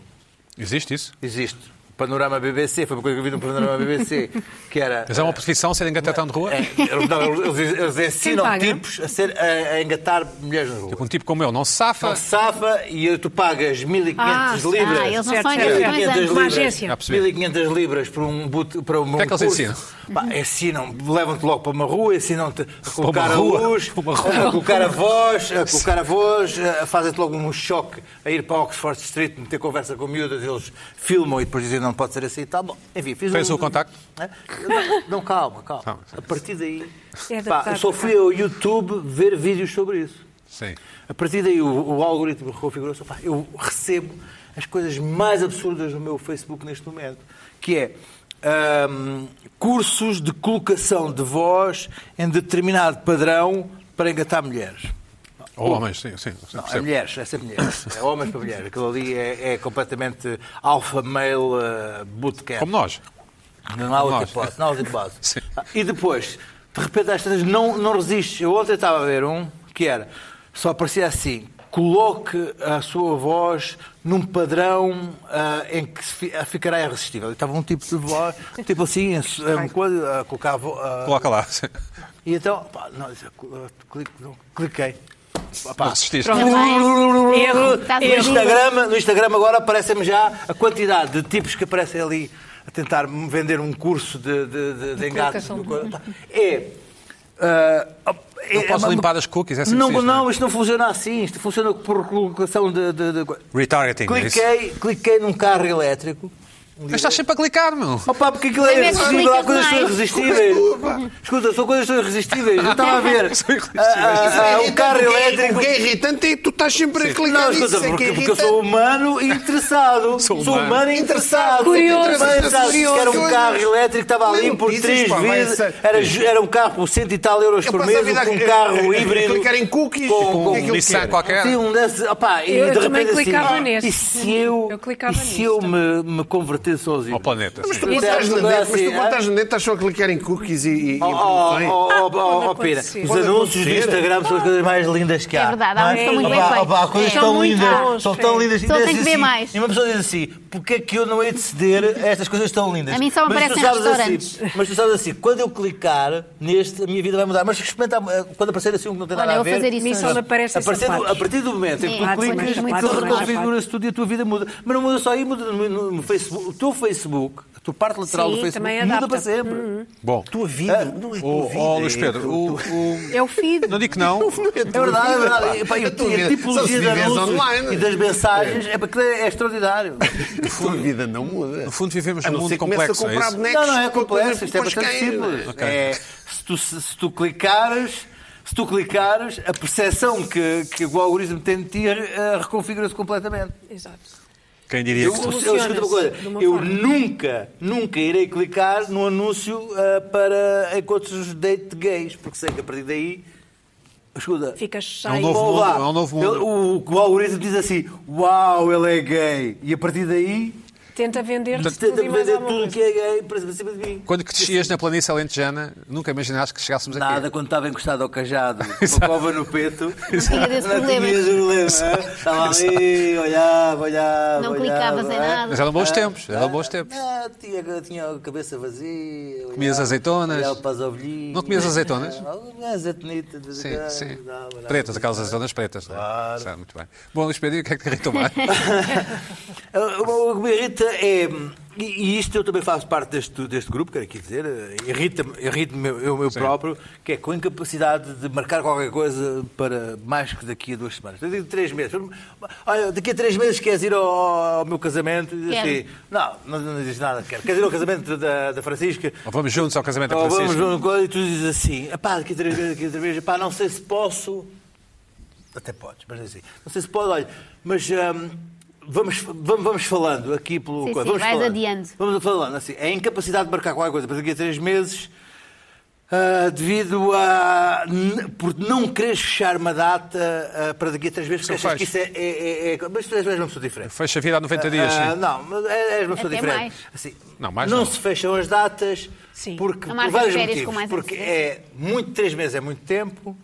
Speaker 1: Existe isso?
Speaker 5: Existe. Panorama BBC, foi uma coisa que eu vi no Panorama BBC,
Speaker 1: [LAUGHS]
Speaker 5: que era...
Speaker 1: Mas é uma profissão ser engatatão de rua?
Speaker 5: É, eles- não, eles, eles ensinam
Speaker 6: paga?
Speaker 5: tipos a, ser, a, a engatar mulheres na rua.
Speaker 1: Um tipo como eu não se safa.
Speaker 5: Então safa e tu pagas 1500
Speaker 4: Ah,
Speaker 5: libras.
Speaker 4: ah, eles não
Speaker 6: Certo,
Speaker 4: são
Speaker 6: certo.
Speaker 4: enganatórios,
Speaker 6: é Uma
Speaker 4: antes.
Speaker 5: libras,
Speaker 6: agência.
Speaker 1: Já percebi.
Speaker 5: 1500 libras para um boot, para um
Speaker 1: que é que eles
Speaker 5: curso.
Speaker 1: ensinam?
Speaker 5: Pá, ensinam, levam-te logo para uma rua, é ensinam-te a colocar a
Speaker 1: rua.
Speaker 5: luz,
Speaker 1: Para uma rua.
Speaker 5: a colocar a voz, a colocar a voz, a- fazem-te logo um choque a ir para Oxford Street, meter conversa com miúdas, eles filmam e depois dizem não pode ser assim e tal. Bom, enfim, fiz
Speaker 1: Fez
Speaker 5: um-
Speaker 1: o contacto? Tá
Speaker 5: É? Não, Não, calma, calma.
Speaker 1: Calma.
Speaker 5: A partir daí,
Speaker 6: É
Speaker 5: pá,
Speaker 6: adaptar-
Speaker 5: eu só fui ao YouTube ver vídeos sobre isso.
Speaker 1: Sim.
Speaker 5: A partir daí o, o algoritmo reconfigurou-se. Pá, Eu recebo as coisas mais absurdas no meu Facebook neste momento, que é hum, cursos de colocação de voz em determinado padrão para engatar mulheres.
Speaker 1: Ou homens, sim, sim. sim,
Speaker 5: Não, é
Speaker 1: percebo.
Speaker 5: mulheres, é sempre mulheres. É homens para mulheres. Aquilo ali é, é completamente alpha male uh, bootcamp.
Speaker 1: Como nós.
Speaker 5: Não há outra
Speaker 1: Nós.
Speaker 5: hipótese, não há outra hipótese.
Speaker 1: [LAUGHS] Sim.
Speaker 5: Ah, E depois, de repente, às tantas, não, não resistes. Eu ontem estava a ver um que era, só aparecia assim, coloque a sua voz num padrão ah, em que se fi- ah, ficará irresistível. E estava um tipo de voz, tipo assim, em su- em coisa, a colocar a vo- a-
Speaker 1: Coloca lá. sim.
Speaker 5: E então, pá, não, eu clico- não, cliquei.
Speaker 1: Não
Speaker 5: Pá,
Speaker 1: resististe.
Speaker 6: Erro.
Speaker 4: Está
Speaker 5: no,
Speaker 4: doido.
Speaker 5: Instagram, no Instagram agora aparecem-me já a quantidade de tipos que aparecem ali a tentar me vender um curso de, de, de, de engate.
Speaker 6: colocação
Speaker 5: do
Speaker 6: de-
Speaker 5: corpo. É. ah, é-
Speaker 1: Não
Speaker 5: é
Speaker 1: posso
Speaker 5: uma-
Speaker 1: limpar as cookies, é assim que
Speaker 5: Não,
Speaker 1: se diz,
Speaker 5: não,
Speaker 1: não
Speaker 5: isto não funciona assim. Isto funciona por colocação de. de, de...
Speaker 1: Retargeting. é isso.
Speaker 5: Cliquei, cliquei num carro elétrico.
Speaker 1: Mas estás sempre a clicar, [LAUGHS] meu.
Speaker 5: Opa, porque aquilo é
Speaker 4: Mas
Speaker 5: irresistível, há
Speaker 4: explica
Speaker 5: coisas que são
Speaker 4: mais.
Speaker 5: irresistíveis. Escuta, são coisas que são irresistíveis.
Speaker 2: Ah,
Speaker 5: Eu estava a ver.
Speaker 1: São
Speaker 2: é
Speaker 1: irresistíveis.
Speaker 5: ah, ah, ah, um carro elétrico.
Speaker 2: O que é irritante é que tu estás sempre a clicar
Speaker 5: Não,
Speaker 2: nisso,
Speaker 5: escuta,
Speaker 2: é que é
Speaker 5: porque, porque eu sou um
Speaker 2: irritante.
Speaker 5: humano e interessado.
Speaker 1: Sou
Speaker 5: Sou
Speaker 1: humano.
Speaker 5: humano e interessado.
Speaker 6: Curioso.
Speaker 5: Interessado. Que Era um carro elétrico, estava ali
Speaker 2: Lembro
Speaker 5: por
Speaker 2: disso,
Speaker 5: três
Speaker 2: pá, vai
Speaker 5: vezes.
Speaker 2: ser-
Speaker 5: Era, ju- era um carro por cento e tal euros
Speaker 2: Eu
Speaker 5: por
Speaker 2: passo
Speaker 5: mês,
Speaker 2: a vida
Speaker 5: um
Speaker 2: a-
Speaker 5: carro
Speaker 2: a- a- a
Speaker 5: híbrido.
Speaker 2: clicar em cookies,
Speaker 5: Com,
Speaker 1: Com
Speaker 5: com,
Speaker 2: é que
Speaker 1: um
Speaker 2: eu
Speaker 1: Nissan
Speaker 2: quero?
Speaker 1: qualquer.
Speaker 5: Sim, um desse, opá, e
Speaker 6: Eu
Speaker 5: de
Speaker 6: também
Speaker 5: repente assim,
Speaker 6: clicava
Speaker 5: ah,
Speaker 6: nesse.
Speaker 5: E se eu,
Speaker 6: Eu clicava
Speaker 5: e se
Speaker 6: nisso
Speaker 5: eu
Speaker 6: também.
Speaker 5: me, me convertesse aos híbridos?
Speaker 1: Ao planeta.
Speaker 2: Mas
Speaker 1: sim.
Speaker 2: tu quando
Speaker 4: é
Speaker 2: estás na
Speaker 5: Sim.
Speaker 2: net, mas tu quando
Speaker 5: Ah.
Speaker 2: estás na net estás só a clicar em cookies e, e, e
Speaker 5: Oh, oh,
Speaker 2: promoções.
Speaker 5: oh, oh, oh, oh,
Speaker 6: pode
Speaker 5: Pira,
Speaker 6: acontecer.
Speaker 5: os
Speaker 2: Pode
Speaker 5: anúncios do
Speaker 2: acontecer.
Speaker 5: Instagram são as coisas mais lindas que há.
Speaker 4: É verdade, há
Speaker 5: não
Speaker 4: uns que são muito bem
Speaker 5: Opa,
Speaker 4: feitos.
Speaker 5: opa, há coisas
Speaker 4: É.
Speaker 5: tão
Speaker 4: São muito
Speaker 5: lindas,
Speaker 6: bons,
Speaker 5: são tão
Speaker 6: sim.
Speaker 5: lindas. E
Speaker 4: Só
Speaker 5: diz
Speaker 4: tem que ver
Speaker 5: assim,
Speaker 4: mais.
Speaker 5: E uma pessoa diz assim, porquê é que eu não hei de ceder a estas coisas tão lindas?
Speaker 4: A mim só me
Speaker 5: Mas tu
Speaker 4: aparecem
Speaker 5: sabes
Speaker 4: restaurantes.
Speaker 5: assim- Mas tu sabes assim, quando eu clicar neste, a minha vida vai mudar. Mas experimenta, eh, quando aparecer assim um que não tem
Speaker 4: Olha,
Speaker 5: nada a
Speaker 4: eu
Speaker 5: ver...
Speaker 4: vou fazer isso
Speaker 6: Mim só
Speaker 4: hoje. É,
Speaker 6: me aparecem
Speaker 5: A partir, do,
Speaker 6: sapatos.
Speaker 5: a partir do momento em que
Speaker 4: Sim,
Speaker 5: tu clicas,
Speaker 4: sim,
Speaker 5: tu
Speaker 4: sim.
Speaker 5: reconfiguras tudo e a tua vida muda. Mas não muda só aí, muda no, no- no Facebook. O teu Facebook, a tua parte lateral
Speaker 6: Sim, também
Speaker 5: do Facebook, muda
Speaker 6: adapta.
Speaker 5: para sempre.
Speaker 4: Hum.
Speaker 1: Bom,
Speaker 2: Tua vida, não é tua
Speaker 1: o,
Speaker 2: vida.
Speaker 1: oh, Luís
Speaker 2: é
Speaker 1: Pedro,
Speaker 2: tu-
Speaker 1: o- o-
Speaker 6: É o feed.
Speaker 1: não digo que não.
Speaker 5: É verdade, é verdade. E, pá, e,
Speaker 2: A tua
Speaker 5: e
Speaker 2: vida- só
Speaker 5: a
Speaker 2: se
Speaker 5: tipologia de
Speaker 2: vives
Speaker 5: anúncios
Speaker 2: online.
Speaker 5: e das mensagens é, porque é extraordinário.
Speaker 2: A tua vida não muda.
Speaker 1: No fundo, vivemos
Speaker 2: A
Speaker 1: num
Speaker 2: não
Speaker 1: mundo
Speaker 2: ser que comece
Speaker 1: complexo.
Speaker 2: a
Speaker 1: é
Speaker 2: comprar
Speaker 1: isso?
Speaker 2: bonecos
Speaker 5: não, não é
Speaker 2: com
Speaker 5: complexo,
Speaker 2: coisas
Speaker 5: isto é
Speaker 2: com
Speaker 5: bastante
Speaker 2: casquinhas.
Speaker 5: simples.
Speaker 1: Ok.
Speaker 5: É, se, tu, se, se tu clicares, se tu clicares, a percepção que, que o algoritmo tem de ti eh, reconfigura-se completamente.
Speaker 6: Exato.
Speaker 1: Quem diria
Speaker 5: Eu,
Speaker 1: que
Speaker 5: eu,
Speaker 1: tu-
Speaker 5: eu, escuta uma coisa,
Speaker 6: De uma
Speaker 5: eu
Speaker 6: forma.
Speaker 5: nunca, nunca irei clicar no anúncio ah, para encontros de date gays, porque sei que a partir daí. Escuta.
Speaker 6: Ficas
Speaker 1: É um
Speaker 6: cheio.
Speaker 1: novo
Speaker 5: Ou
Speaker 1: mundo,
Speaker 5: lá,
Speaker 1: é um novo mundo.
Speaker 5: ele- o, o algoritmo diz assim: Uau, ele é gay. E a partir daí,
Speaker 6: Tenta vender
Speaker 5: tenta
Speaker 6: tudo e mais
Speaker 5: vender
Speaker 6: alguma
Speaker 5: tudo
Speaker 6: coisa.
Speaker 5: que é gay para para cima de mim.
Speaker 1: Quando crescias na planície alentejana, nunca imaginaste que chegássemos aqui.
Speaker 5: Nada, quando estava encostado ao cajado, com a
Speaker 1: Exato.
Speaker 5: cova no peito,
Speaker 4: tinha
Speaker 5: [LAUGHS]
Speaker 4: desse problema.
Speaker 5: tinha esse problema. Estava ali, olhava, olhava.
Speaker 4: Não
Speaker 5: olhava,
Speaker 4: clicavas em
Speaker 5: ah.
Speaker 4: nada.
Speaker 1: Mas eram bons tempos, eram bons tempos.
Speaker 5: Ah, tinha, tinha a cabeça vazia.
Speaker 1: Comias
Speaker 5: olhava-
Speaker 1: azeitonas?
Speaker 5: olhava para as ovelhinhas.
Speaker 1: Não comias azeitonas?
Speaker 5: Ah, Alguma azeitonita. de-
Speaker 1: Sim,
Speaker 5: ah,
Speaker 1: sim.
Speaker 5: olhava, olhava.
Speaker 1: Pretas, aquelas azeitonas pretas. não é?
Speaker 5: Claro.
Speaker 1: Sabe, muito bem. Bom, Luís Pedro, e o que é que te irritou mais?
Speaker 5: Ah, O que me irrita é. E e isto eu também faço parte deste, deste grupo, quero aqui dizer. eh, Irrita-me irrita eu, eu próprio, que é com a incapacidade de marcar qualquer coisa para mais que daqui a duas semanas. Eu digo três meses. Olha, daqui a três meses queres ir ao, ao meu casamento? E diz
Speaker 4: Quero.
Speaker 5: assim, não, não, não diz nada. Quero. Queres ir ao casamento da, da Francisca?
Speaker 1: Ou vamos juntos ao casamento da
Speaker 5: Ou vamos
Speaker 1: Francisco?
Speaker 5: numa coisa e tu dizes assim, pá, daqui a três vezes, daqui a três vezes, pá, não sei se posso. Até podes, mas é assim. Não sei se pode, olha, mas hum, vamos, vamos, vamos falando aqui pelo.
Speaker 4: Sim,
Speaker 5: coisa,
Speaker 4: sim,
Speaker 5: vamos
Speaker 4: vais
Speaker 5: falando.
Speaker 4: adiando.
Speaker 5: Vamos falando, assim. É a incapacidade de marcar qualquer coisa, mas daqui a três meses. ah, devido a. n- por não quereres fechar uma data ah, para daqui a três meses, porque
Speaker 1: Só
Speaker 5: achas que isso é, é- é- é- Mas tu és uma pessoa diferente.
Speaker 1: Fecha a vida há 90 dias,
Speaker 5: Ah,
Speaker 1: sim.
Speaker 5: não, mas é, é uma pessoa
Speaker 4: Até
Speaker 5: diferente.
Speaker 4: mais.
Speaker 5: Assim,
Speaker 1: Não, mais
Speaker 5: não,
Speaker 1: não.
Speaker 5: se fecham as datas
Speaker 6: Sim.
Speaker 5: porque
Speaker 4: A
Speaker 5: por
Speaker 4: marca de
Speaker 5: vários
Speaker 4: férias
Speaker 5: motivos.
Speaker 4: com mais
Speaker 5: porque
Speaker 4: antecedência.
Speaker 5: é muito três meses é muito tempo.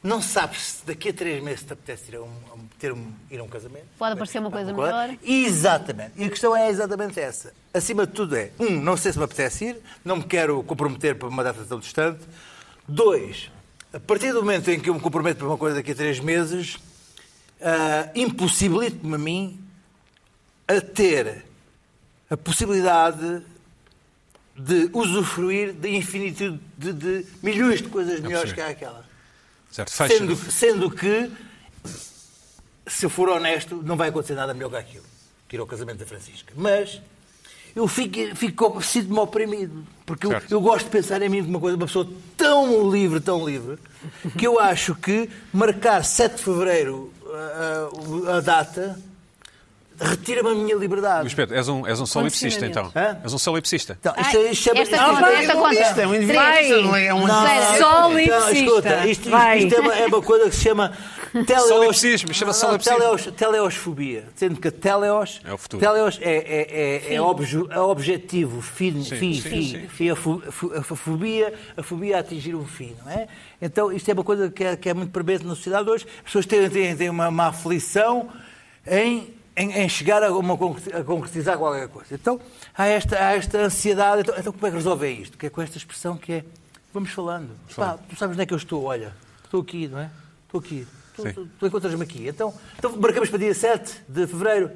Speaker 3: Não sabes se daqui a três meses te apetece ir a um, a um- ter um- ir a um casamento.
Speaker 4: Pode aparecer uma coisa melhor.
Speaker 3: Exatamente. E a questão é exatamente essa. Acima de tudo é, um, não sei se me apetece ir, não me quero comprometer para uma data tão distante. Dois, a partir do momento em que eu me comprometo para uma coisa daqui a três meses, ah, impossibilito-me a mim a ter a possibilidade de usufruir de infinitude de, de milhões de coisas melhores que há aquela.
Speaker 1: Certo, fecha.
Speaker 3: Sendo, sendo que, se eu for honesto, não vai acontecer nada melhor que aquilo. Tirou o casamento da Francisca. Mas eu fico, fico sinto-me oprimido. Porque eu,
Speaker 1: Certo.
Speaker 3: eu gosto de pensar em mim como uma coisa, uma pessoa tão livre, tão livre, que eu acho que marcar 7 de fevereiro ah, a, a data retira-me a minha liberdade.
Speaker 1: Luís Pedro, és um, és um solipsista então.
Speaker 3: Hã?
Speaker 1: És um solipsista.
Speaker 3: Então,
Speaker 4: Ai, esta conta,
Speaker 3: isto é-
Speaker 4: esta conta.
Speaker 2: Isto é um indivíduo,
Speaker 4: Três.
Speaker 2: isto não é um indivíduo.
Speaker 4: Não.
Speaker 3: Então, escuta,
Speaker 6: Solipsista.
Speaker 3: isto,
Speaker 6: Vai.
Speaker 3: isto é, uma, é uma coisa que se chama teleos...
Speaker 1: Solipsismo, chama-se
Speaker 3: Não, não,
Speaker 1: solipsismo.
Speaker 3: teleos- teleosfobia. Sendo que teleos
Speaker 1: É o futuro.
Speaker 3: Teleos é, é, é, é, obje- é objetivo, fim, fim,
Speaker 1: sim,
Speaker 3: fim,
Speaker 1: sim.
Speaker 3: fim, a, fo- a fo- a fobia, a fobia a atingir um fim, não é? Então isto é uma coisa que é, que é muito premente na sociedade hoje. As pessoas têm, têm, têm uma, uma aflição em, em, em chegar a, uma concre- a concretizar qualquer coisa. Então há esta, há esta ansiedade. Então, então como é que resolvem isto? Que é com esta expressão que é vamos falando. Pá, tu sabes onde é que eu estou, olha, estou aqui, não é? Estou aqui. Tu,
Speaker 1: Sim.
Speaker 3: tu- tu encontras-me aqui. Então, então marcamos para dia 7 de fevereiro.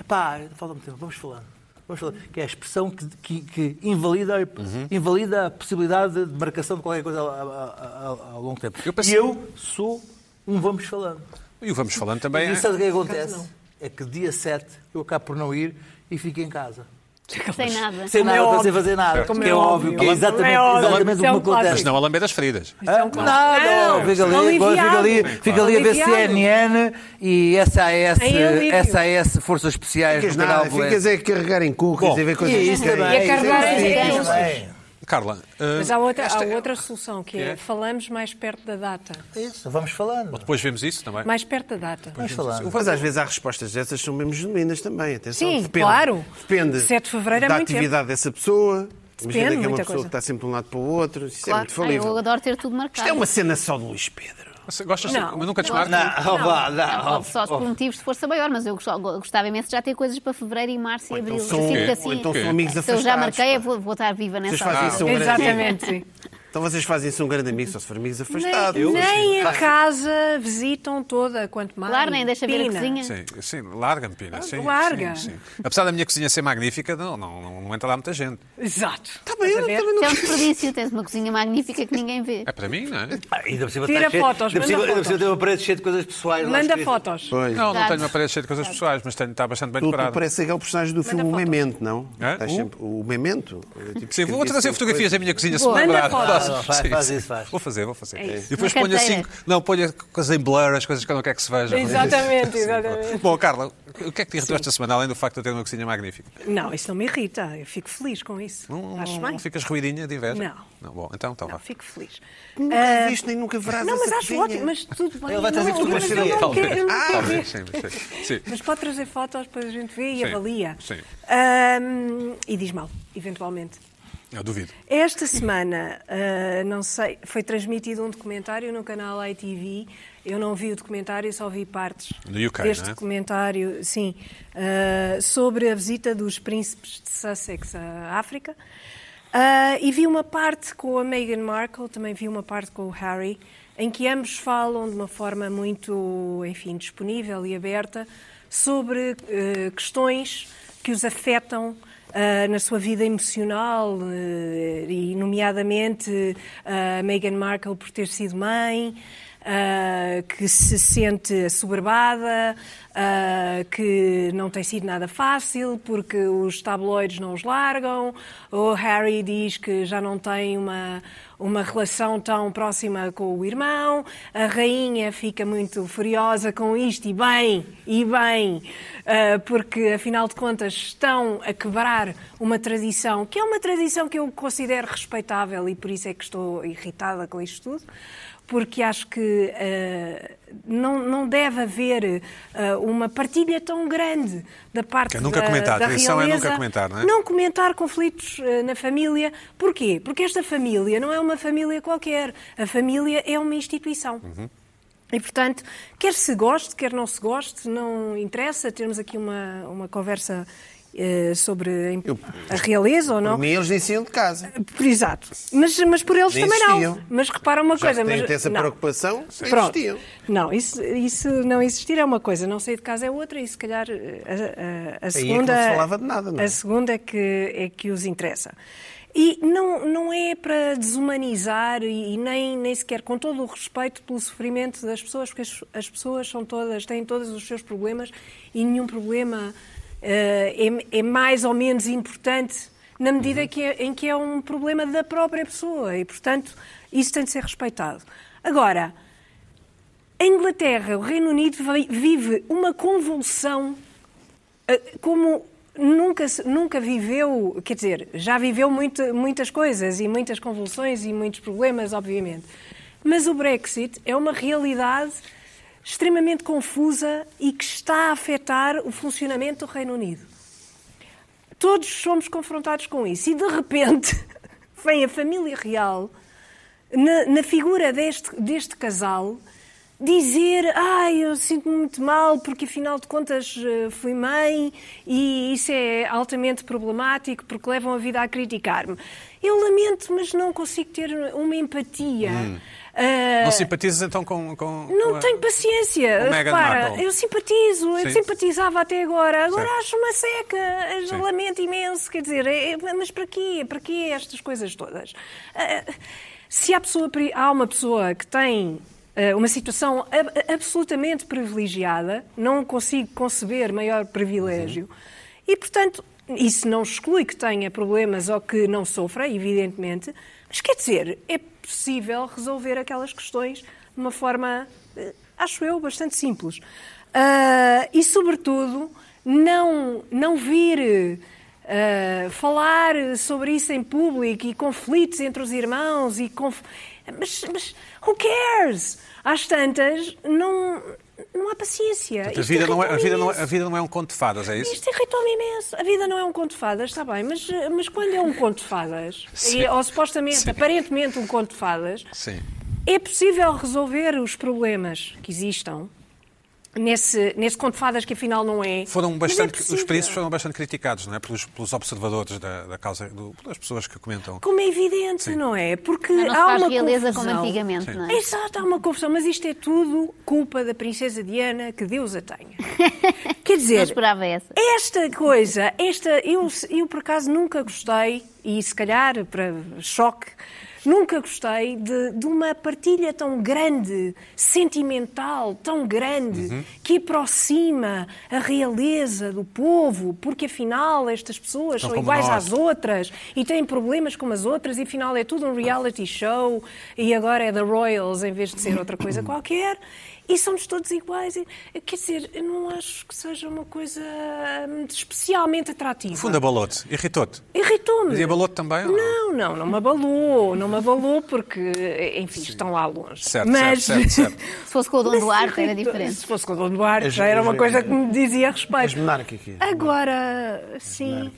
Speaker 3: Epá, falta-me tempo, vamos falando. Vamos falando. Que é a expressão que, que- que invalida,
Speaker 2: Uhum.
Speaker 3: invalida a possibilidade de marcação de qualquer coisa ao, ao- ao- ao longo tempo.
Speaker 1: Eu pensei-
Speaker 3: E eu sou um vamos falando.
Speaker 1: E o vamos falando também.
Speaker 3: e
Speaker 1: é-
Speaker 3: sabe o que é que acontece? É que dia 7 eu acabo por não ir e fico em casa.
Speaker 4: Sem nada.
Speaker 3: Sem
Speaker 6: Como é
Speaker 3: nada para
Speaker 6: óbvio.
Speaker 3: sem fazer nada.
Speaker 6: Como
Speaker 3: que
Speaker 6: é
Speaker 3: é óbvio,
Speaker 6: óbvio.
Speaker 3: que é exatamente,
Speaker 6: Como é óbvio.
Speaker 3: exatamente
Speaker 6: Isso é um é
Speaker 3: o que acontece.
Speaker 1: Mas não a lamber das feridas.
Speaker 3: Ah,
Speaker 6: Não, estão aliviados.
Speaker 3: Nada, fica ali, agora fica ali, fica ali a ver
Speaker 6: Estão
Speaker 3: CNN e SAS,
Speaker 6: Em alívio.
Speaker 3: SAS Forças Especiais
Speaker 2: Ficas
Speaker 3: do canal
Speaker 2: nada, ficas a carregar em cucas
Speaker 1: Bom,
Speaker 2: e a ver
Speaker 3: E
Speaker 2: coisas
Speaker 3: isso
Speaker 2: que
Speaker 3: também.
Speaker 2: querem.
Speaker 3: isso
Speaker 6: carregar
Speaker 3: também,
Speaker 6: em
Speaker 3: isso
Speaker 6: crianças.
Speaker 3: também.
Speaker 1: Carla, eh,
Speaker 6: Mas há outra, há
Speaker 1: esta-
Speaker 6: outra solução, que é,
Speaker 1: É.
Speaker 6: falamos mais perto da data.
Speaker 3: Isso, vamos falando.
Speaker 1: depois vemos isso é? também.
Speaker 6: Mais perto da data.
Speaker 3: Vamos falando.
Speaker 2: Mas às vezes há respostas dessas que são mesmo genuínas também, atenção.
Speaker 6: Sim,
Speaker 2: depende,
Speaker 6: claro.
Speaker 2: Depende
Speaker 6: 7 de fevereiro é
Speaker 2: da
Speaker 6: muito tempo.
Speaker 2: atividade dessa pessoa. Imagina que é uma
Speaker 6: muita
Speaker 2: pessoa
Speaker 6: coisa.
Speaker 2: que está sempre de um lado para o outro. Isso é
Speaker 6: Claro.
Speaker 2: muito
Speaker 4: Ai, eu
Speaker 2: falível.
Speaker 4: adoro ter tudo
Speaker 2: Isto
Speaker 4: marcado.
Speaker 2: é uma cena só do Luís Pedro.
Speaker 1: Mas Gostas de...
Speaker 6: Não.
Speaker 1: assim, mas nunca desmarca?
Speaker 3: Não, vá,
Speaker 4: Não,
Speaker 3: não.
Speaker 4: só por motivos de força maior, mas eu gostava- gostava imenso de já ter coisas para fevereiro e março e abril.
Speaker 2: são-
Speaker 4: Eu sinto que
Speaker 1: ou
Speaker 4: assim,
Speaker 2: então
Speaker 1: são
Speaker 2: amigos
Speaker 4: se eu já
Speaker 2: afastados,
Speaker 4: marquei,
Speaker 2: pá.
Speaker 4: eu vou, vou estar viva
Speaker 2: Vocês
Speaker 4: nessa
Speaker 2: fazem
Speaker 4: altura.
Speaker 2: isso a um grande amigo.
Speaker 6: Exatamente, sim.
Speaker 4: [LAUGHS]
Speaker 2: Então vocês fazem isso a um grande amigo, só se forem amigos afastados.
Speaker 6: Nem, nem a
Speaker 3: Faz-
Speaker 6: casa visitam toda, quanto mais.
Speaker 4: Claro, nem deixa ver a
Speaker 6: Pina.
Speaker 4: cozinha.
Speaker 1: Sim, sim, larga-me, Pina. Sim,
Speaker 6: larga.
Speaker 1: Sim, sim. Apesar da minha cozinha ser magnífica, não, não, não, não entra lá muita gente.
Speaker 6: Exato.
Speaker 2: Tá bem, eu
Speaker 6: Estás a
Speaker 2: também
Speaker 6: ver?
Speaker 4: Isso é um
Speaker 2: não-
Speaker 4: desperdício, tens uma cozinha magnífica que ninguém vê.
Speaker 1: É para mim, não é?
Speaker 3: Ah, ainda por cima
Speaker 6: Tira
Speaker 3: está cheio-
Speaker 6: fotos,
Speaker 3: ainda por cima-
Speaker 6: manda
Speaker 3: Ainda por cima tem uma parede cheia de coisas pessoais. é lá
Speaker 6: Manda
Speaker 3: escritas.
Speaker 6: fotos.
Speaker 2: Pois.
Speaker 1: Não, não
Speaker 4: Exato.
Speaker 1: tenho uma parede cheia de coisas pessoais, mas tenho, está bastante bem
Speaker 2: Tu, tu
Speaker 1: decorado.
Speaker 2: parece aquele personagem do filme O
Speaker 6: fotos.
Speaker 2: Memento, não?
Speaker 1: Hã?
Speaker 2: Estás
Speaker 1: O?
Speaker 2: sempre- O Memento? Tipo,
Speaker 1: Sim, vou trazer
Speaker 2: escrevi-se
Speaker 1: fotografias da minha cozinha se
Speaker 6: Boa.
Speaker 1: me lembrar.
Speaker 6: Manda É fotos.
Speaker 1: Posso?
Speaker 3: Faz-
Speaker 1: Sim,
Speaker 3: faz
Speaker 1: sim.
Speaker 3: isso, faz.
Speaker 1: Vou fazer, vou fazer. E depois
Speaker 4: Uma
Speaker 1: ponho assim.
Speaker 4: carteira.
Speaker 1: Não, ponho coisas em blur, as coisas que eu não quero que se vejam.
Speaker 6: Exatamente, exatamente.
Speaker 1: Bom, Carla, o que é que te irritou esta semana, além do facto de eu ter uma cozinha magnífica?
Speaker 6: Não, isso não me irrita. Eu fico feliz com isso.
Speaker 1: Não,
Speaker 6: Acho
Speaker 1: não,
Speaker 6: bem.
Speaker 1: não ficas ruidinha de inveja?
Speaker 6: Não.
Speaker 1: Bom, então, então
Speaker 6: Não,
Speaker 1: vá.
Speaker 6: fico feliz. Ah,
Speaker 2: Nunca viste nem nunca verás
Speaker 6: Não, mas
Speaker 2: essa
Speaker 6: acho
Speaker 2: cozinha.
Speaker 6: ótimo, mas tudo bem.
Speaker 3: Ele vai trazer
Speaker 6: não, mas
Speaker 3: fotografias.
Speaker 6: eu não
Speaker 1: Talvez.
Speaker 6: quero- eu não quero ver.
Speaker 1: Talvez, sim, sim. sim.
Speaker 6: Mas pode trazer fotos, depois a gente vê e
Speaker 1: Sim,
Speaker 6: avalia.
Speaker 1: sim.
Speaker 6: Ahm, e diz mal, eventualmente.
Speaker 1: Eu duvido.
Speaker 6: Esta semana, ah, não sei, foi transmitido um documentário no canal ITV. Eu não vi o documentário, só vi partes.
Speaker 1: No UK,
Speaker 6: Este
Speaker 1: não é?
Speaker 6: documentário, sim, ah, sobre a visita dos príncipes de Sussex à África. Ah, e vi uma parte com a Meghan Markle, também vi uma parte com o Harry, em que ambos falam de uma forma muito, enfim, disponível e aberta sobre eh, questões que os afetam ah, na sua vida emocional eh, e, nomeadamente, eh, a Meghan Markle por ter sido mãe, ah, que se sente assoberbada, ah, que não tem sido nada fácil porque os tabloides não os largam. O Harry diz que já não tem uma, uma relação tão próxima com o irmão. A rainha fica muito furiosa com isto, e bem, e bem, ah, porque afinal de contas estão a quebrar uma tradição que é uma tradição que eu considero respeitável e por isso é que estou irritada com isto tudo. Porque acho que ah, não, não deve haver ah, uma partilha tão grande da parte
Speaker 1: Que é nunca
Speaker 6: da,
Speaker 1: comentar.
Speaker 6: da
Speaker 1: A tradição é nunca
Speaker 6: realeza.
Speaker 1: comentar, não é?
Speaker 6: Não comentar conflitos eh, na família. Porquê? Porque esta família não é uma família qualquer. A família é uma instituição. E, portanto, quer se goste, quer não se goste, não interessa termos aqui uma, uma conversa eh, sobre a realeza ou não.
Speaker 2: Por mim, eles nem saíam de casa.
Speaker 6: Por- Exato. Mas, mas por eles
Speaker 2: Nem
Speaker 6: também
Speaker 2: existiam.
Speaker 6: não. Mas repara uma
Speaker 2: Já
Speaker 6: coisa.
Speaker 2: que têm
Speaker 6: mas,
Speaker 2: essa
Speaker 6: não.
Speaker 2: preocupação, não
Speaker 6: Pronto.
Speaker 2: existiam.
Speaker 6: Não, isso, isso não existir é uma coisa, não sair de casa é outra, e se calhar eh, a, a- a
Speaker 2: é se
Speaker 6: segunda.
Speaker 2: falava de nada, não é?
Speaker 6: A segunda é que, é que os interessa. E não, não é para desumanizar e, e nem, nem sequer com todo o respeito pelo sofrimento das pessoas, porque as, as pessoas são todas, têm todos os seus problemas e nenhum problema eh, é, é mais ou menos importante na medida
Speaker 2: Uhum.
Speaker 6: que é- em que é um problema da própria pessoa e, portanto, isso tem de ser respeitado. Agora, a Inglaterra, o Reino Unido, vai- vive uma convulsão eh, como nunca, se- nunca viveu, quer dizer, já viveu muito- muitas coisas e muitas convulsões e muitos problemas, obviamente. Mas o Brexit é uma realidade extremamente confusa e que está a afetar o funcionamento do Reino Unido. Todos somos confrontados com isso e de repente [LAUGHS] vem a família real na, na figura deste, deste casal dizer ai eu sinto-me muito mal porque afinal de contas eh, fui mãe e isso é altamente problemático porque levam a vida a criticar-me. Eu lamento, mas não consigo ter uma empatia. Ah,
Speaker 1: Não simpatizas então com. com com
Speaker 6: não
Speaker 1: a-
Speaker 6: tenho paciência.
Speaker 1: com Meghan
Speaker 6: Repara,
Speaker 1: Markle.
Speaker 6: eu simpatizo, eu
Speaker 1: Sim.
Speaker 6: simpatizava até agora. Agora
Speaker 1: Certo.
Speaker 6: acho uma seca, acho-
Speaker 1: Sim.
Speaker 6: lamento imenso. Quer dizer, é- é- mas para quê? Para quê estas coisas todas? Ah, Se há, pessoa pri- há uma pessoa que tem ah, uma situação ab- absolutamente privilegiada, não consigo conceber maior privilégio. E, portanto, isso não exclui que tenha problemas ou que não sofra, evidentemente, mas quer dizer, é possível resolver aquelas questões de uma forma, eh, acho eu, bastante simples. Ah, e, sobretudo, não, não vir eh, falar sobre isso em público e conflitos entre os irmãos e conf... mas, mas who cares? Às tantas, não, não há paciência.
Speaker 1: A
Speaker 6: Isto
Speaker 1: vida, não é, a,
Speaker 6: irrita-me
Speaker 1: vida não é,
Speaker 6: imenso.
Speaker 1: a vida não é um conto de fadas, é isso?
Speaker 6: Isto irritou-me imenso. A vida não é um conto de fadas, está bem, mas, mas quando é um conto de fadas,
Speaker 1: [LAUGHS] Sim.
Speaker 6: e- ou supostamente,
Speaker 1: Sim.
Speaker 6: aparentemente um conto de fadas,
Speaker 1: Sim.
Speaker 6: é possível resolver os problemas que existam nesse, nesse conto de fadas que afinal não é.
Speaker 1: Foram
Speaker 6: Mas
Speaker 1: bastante,
Speaker 6: é
Speaker 1: os príncipes
Speaker 6: possível.
Speaker 1: foram bastante criticados não é? pelos, pelos observadores da, da causa, do, pelas pessoas que comentam.
Speaker 6: Como é evidente, não é? Porque
Speaker 4: Mas não se
Speaker 6: há
Speaker 4: faz
Speaker 6: uma
Speaker 4: realeza
Speaker 6: confusão.
Speaker 4: como antigamente, não é?
Speaker 6: Exato, há uma confusão, mas isto é tudo culpa da princesa Diana, que Deus a
Speaker 4: [LAUGHS]
Speaker 6: tenha. Quer dizer,
Speaker 4: Não esperava essa.
Speaker 6: Esta coisa, esta, eu, eu por acaso nunca gostei, e se calhar para choque, nunca gostei de, de uma partilha tão grande, sentimental, tão grande,
Speaker 1: Uhum.
Speaker 6: que aproxima a realeza do povo, porque afinal estas pessoas
Speaker 1: Estão
Speaker 6: são
Speaker 1: como
Speaker 6: iguais
Speaker 1: nós.
Speaker 6: às outras e têm problemas como as outras, e afinal é tudo um reality show e agora é The Royals em vez de ser outra
Speaker 1: [COUGHS]
Speaker 6: coisa qualquer. E somos todos iguais. E, Quer dizer, eu não acho que seja uma coisa hum, especialmente atrativa.
Speaker 1: No fundo, abalou-te, irritou-te.
Speaker 6: Irritou-me.
Speaker 1: Mas e abalou-te também, ou não?
Speaker 6: Não, não, não me abalou. Não me abalou porque, enfim, estão lá longe.
Speaker 1: Certo,
Speaker 6: Mas...
Speaker 1: certo, certo,
Speaker 6: [LAUGHS]
Speaker 1: certo.
Speaker 4: Se fosse com o Dom
Speaker 6: Mas
Speaker 4: Duarte era
Speaker 6: irritou-
Speaker 4: diferente.
Speaker 6: Se fosse com o Dom Duarte,
Speaker 2: As-
Speaker 6: já era uma
Speaker 2: as-
Speaker 6: coisa que me dizia a respeito.
Speaker 2: As monárquicas.
Speaker 6: Agora, sim.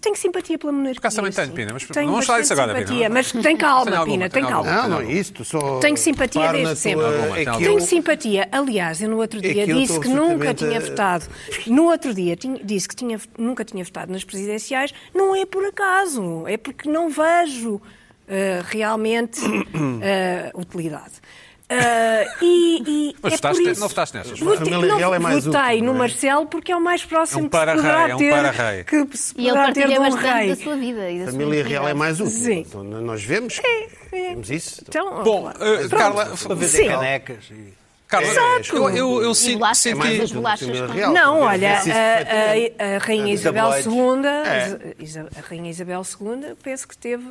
Speaker 6: Tenho simpatia pela monarquia.
Speaker 1: acaso também
Speaker 6: sim.
Speaker 1: tenho, Pina, mas não vamos falar
Speaker 6: bastante
Speaker 1: disso agora, Pina.
Speaker 6: simpatia, Mas tem calma,
Speaker 1: Tem alguma,
Speaker 6: Pina,
Speaker 1: tem
Speaker 6: tem
Speaker 1: alguma.
Speaker 6: calma.
Speaker 2: Não, não é isto. Só
Speaker 6: Tenho simpatia
Speaker 2: reparo
Speaker 6: desde
Speaker 2: na
Speaker 6: sempre.
Speaker 2: tua-
Speaker 1: Alguma, tem
Speaker 2: é que
Speaker 1: alguma.
Speaker 2: eu-
Speaker 6: Tenho simpatia. Aliás, eu no outro
Speaker 2: É
Speaker 6: dia
Speaker 2: que eu
Speaker 6: disse
Speaker 2: estou
Speaker 6: que nunca
Speaker 2: absolutamente
Speaker 6: tinha
Speaker 2: a-
Speaker 6: votado. No outro dia tinha- disse que tinha- nunca tinha votado nas presidenciais. Não é por acaso. É porque não vejo eh,
Speaker 2: [COUGHS]
Speaker 6: realmente eh, utilidade. Eh, e, e
Speaker 1: Mas
Speaker 6: é
Speaker 1: votaste-
Speaker 6: por isso.
Speaker 1: não votaste nessas?
Speaker 6: Votei-
Speaker 2: A família
Speaker 6: não,
Speaker 2: real é mais
Speaker 6: votei
Speaker 2: útil,
Speaker 6: no
Speaker 2: não é?
Speaker 6: Marcelo porque é o mais próximo que se
Speaker 1: para-rei,
Speaker 6: poderá
Speaker 1: é um
Speaker 6: ter,
Speaker 1: para-rei.
Speaker 6: que se
Speaker 4: E ele
Speaker 6: poderá ter de
Speaker 4: partilha
Speaker 6: um
Speaker 4: bastante
Speaker 6: rei.
Speaker 4: da sua vida. E da
Speaker 2: A
Speaker 4: sua
Speaker 2: família real é
Speaker 4: intimidade.
Speaker 2: mais útil.
Speaker 6: Sim.
Speaker 2: Então, nós vemos. Vemos isso.
Speaker 6: Então,
Speaker 2: é
Speaker 1: Bom,
Speaker 6: claro.
Speaker 1: eh, Carla,
Speaker 6: Sim.
Speaker 1: é
Speaker 5: Canecas e...
Speaker 1: Carla
Speaker 6: Exato.
Speaker 1: eu, eu, eu
Speaker 4: E
Speaker 1: sinto,
Speaker 4: bolachas,
Speaker 1: senti-
Speaker 4: mas as
Speaker 2: útil do que a
Speaker 4: bolachas
Speaker 2: família
Speaker 4: com-
Speaker 2: real.
Speaker 6: Não,
Speaker 2: Talvez
Speaker 6: olha,
Speaker 2: tivesse isso feito.
Speaker 6: a, a- a Rainha Isabel
Speaker 5: tabloides.
Speaker 1: É.
Speaker 6: II, Isa- a Rainha Isabel II, penso que teve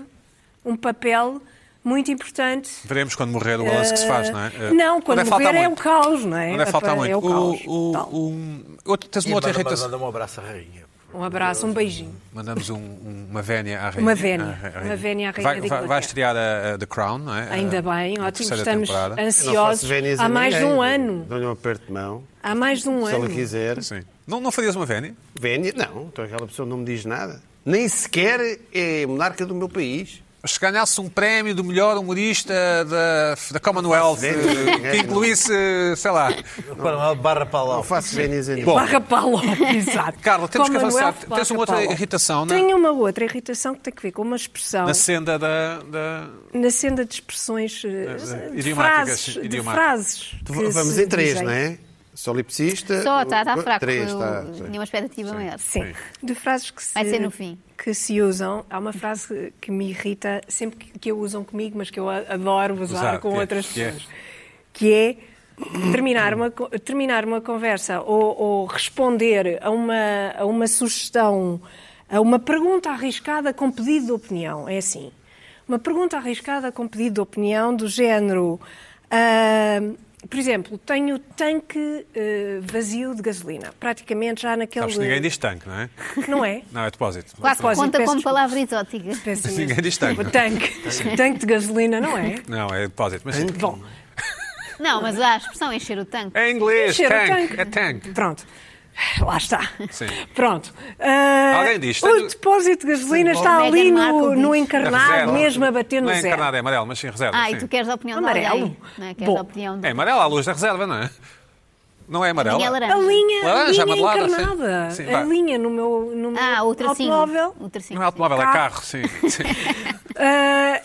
Speaker 6: um papel muito importante.
Speaker 1: Veremos quando morrer o balanço que se faz, não é? Eh,
Speaker 6: Não, quando
Speaker 1: é faltar
Speaker 6: morrer é o
Speaker 1: muito.
Speaker 6: caos, não é?
Speaker 1: Não deve faltar muito.
Speaker 6: É o caos.
Speaker 1: O- o-
Speaker 6: Tal.
Speaker 1: um- outro- tens uma outra
Speaker 5: manda-
Speaker 1: irritação.
Speaker 5: Manda um abraço à rainha.
Speaker 6: Um abraço, um beijinho.
Speaker 1: Mandamos um- um- uma vénia à rainha.
Speaker 6: Uma vénia.
Speaker 1: à rainha.
Speaker 6: Uma vénia à
Speaker 1: Vai,
Speaker 6: rainha da
Speaker 1: vai,
Speaker 6: Inglaterra.
Speaker 1: vai estrear a, a The Crown, não é?
Speaker 6: Ainda bem,
Speaker 1: A
Speaker 6: ótimo,
Speaker 1: terceira
Speaker 6: estamos
Speaker 1: temporada.
Speaker 2: Eu não faço
Speaker 6: ansiosos.
Speaker 2: vénias a
Speaker 6: Há mais de um
Speaker 2: ninguém.
Speaker 6: ano.
Speaker 2: Dou-lhe um aperto de mão,
Speaker 6: Há mais de um
Speaker 2: se ela
Speaker 6: ano.
Speaker 2: quiser.
Speaker 1: Sim. Não, não farias uma vénia?
Speaker 2: Vénia? Não, então aquela pessoa não me diz nada. Nem sequer é monarca do meu país.
Speaker 1: se ganhasse um prémio do melhor humorista da, da Commonwealth, eh, que incluísse, sei lá.
Speaker 5: Para barra para lá.
Speaker 2: Não faço bem dizer
Speaker 1: Bom, [LAUGHS]
Speaker 6: Barra Palop, exato.
Speaker 1: Carla, temos que
Speaker 6: Commonwealth
Speaker 1: avançar. Tens uma
Speaker 6: Barra
Speaker 1: outra
Speaker 6: Palop.
Speaker 1: irritação, não é?
Speaker 6: Tenho uma outra irritação que tem que ver com uma expressão
Speaker 1: Na senda da. da-
Speaker 6: na senda de expressões, eh,
Speaker 1: Eh,
Speaker 6: de
Speaker 1: idiomáticas,
Speaker 6: frases,
Speaker 1: sim,
Speaker 6: de
Speaker 1: idiomáticas.
Speaker 6: frases que
Speaker 2: Vamos
Speaker 6: se
Speaker 2: em três,
Speaker 6: dizem.
Speaker 2: não é? Solipsista.
Speaker 4: Só, está tá fraco.
Speaker 2: Três,
Speaker 4: eu
Speaker 2: está.
Speaker 4: tinha uma expectativa maior.
Speaker 6: Sim, de frases que se,
Speaker 4: Vai ser no fim.
Speaker 6: que se usam. Há uma frase que me irrita sempre que, que a usam comigo, mas que eu a- adoro usar,
Speaker 1: Usar,
Speaker 6: com
Speaker 1: que é-
Speaker 6: outras
Speaker 1: que é?
Speaker 6: pessoas, que é terminar uma, co- terminar uma conversa ou, ou responder a uma, a uma sugestão, a uma pergunta arriscada com pedido de opinião. É assim. Uma pergunta arriscada com pedido de opinião do género. ah, por exemplo, tenho tanque eh, vazio de gasolina, praticamente já naquele.
Speaker 1: Sabes, que ninguém diz tanque, não é?
Speaker 6: Não
Speaker 1: [LAUGHS]
Speaker 6: é?
Speaker 1: Não, é depósito.
Speaker 4: Quase
Speaker 6: Pois,
Speaker 4: conta
Speaker 6: peço
Speaker 4: como
Speaker 6: desculpa.
Speaker 4: palavra exótica.
Speaker 6: Peço
Speaker 1: Ninguém
Speaker 6: imenso
Speaker 1: diz tanque.
Speaker 6: desculpa. Tanque. Tanque de gasolina, não é?
Speaker 1: Não, é depósito. Mas sim.
Speaker 6: Bom,
Speaker 4: Não, mas há a expressão é encher o tanque.
Speaker 1: É Em inglês,
Speaker 6: cheiro a
Speaker 1: tanque. É tanque.
Speaker 6: Pronto. Lá está.
Speaker 1: Sim.
Speaker 6: Pronto. Ah,
Speaker 1: Alguém diz,
Speaker 6: O
Speaker 1: tanto-
Speaker 6: depósito de gasolina está
Speaker 4: Meghan
Speaker 6: ali
Speaker 4: Markle
Speaker 6: no,
Speaker 4: diz.
Speaker 6: no
Speaker 1: É
Speaker 6: encarnado,
Speaker 1: reserva.
Speaker 6: mesmo a bater no
Speaker 1: Não é
Speaker 6: zero.
Speaker 1: encarnado, é amarelo, mas sim reserva.
Speaker 4: Ah,
Speaker 1: sim.
Speaker 4: e tu queres a opinião de
Speaker 6: Amarelo.
Speaker 4: alguém? Não é? Queres
Speaker 6: Bom.
Speaker 4: a opinião de...
Speaker 1: É amarelo à luz da reserva, não é? Não é amarelo?
Speaker 4: Ninguém é laranja.
Speaker 6: A linha, a
Speaker 1: Laranja,
Speaker 6: linha
Speaker 1: amarelada, sim.
Speaker 6: encarnada.
Speaker 1: Sim,
Speaker 6: a
Speaker 1: vá.
Speaker 6: linha no meu, no meu
Speaker 4: Ah, o tracinho.
Speaker 6: automóvel.
Speaker 4: O tracinho.
Speaker 1: Não é automóvel, é
Speaker 6: Carro.
Speaker 1: carro, sim. sim. [LAUGHS]
Speaker 6: Ah,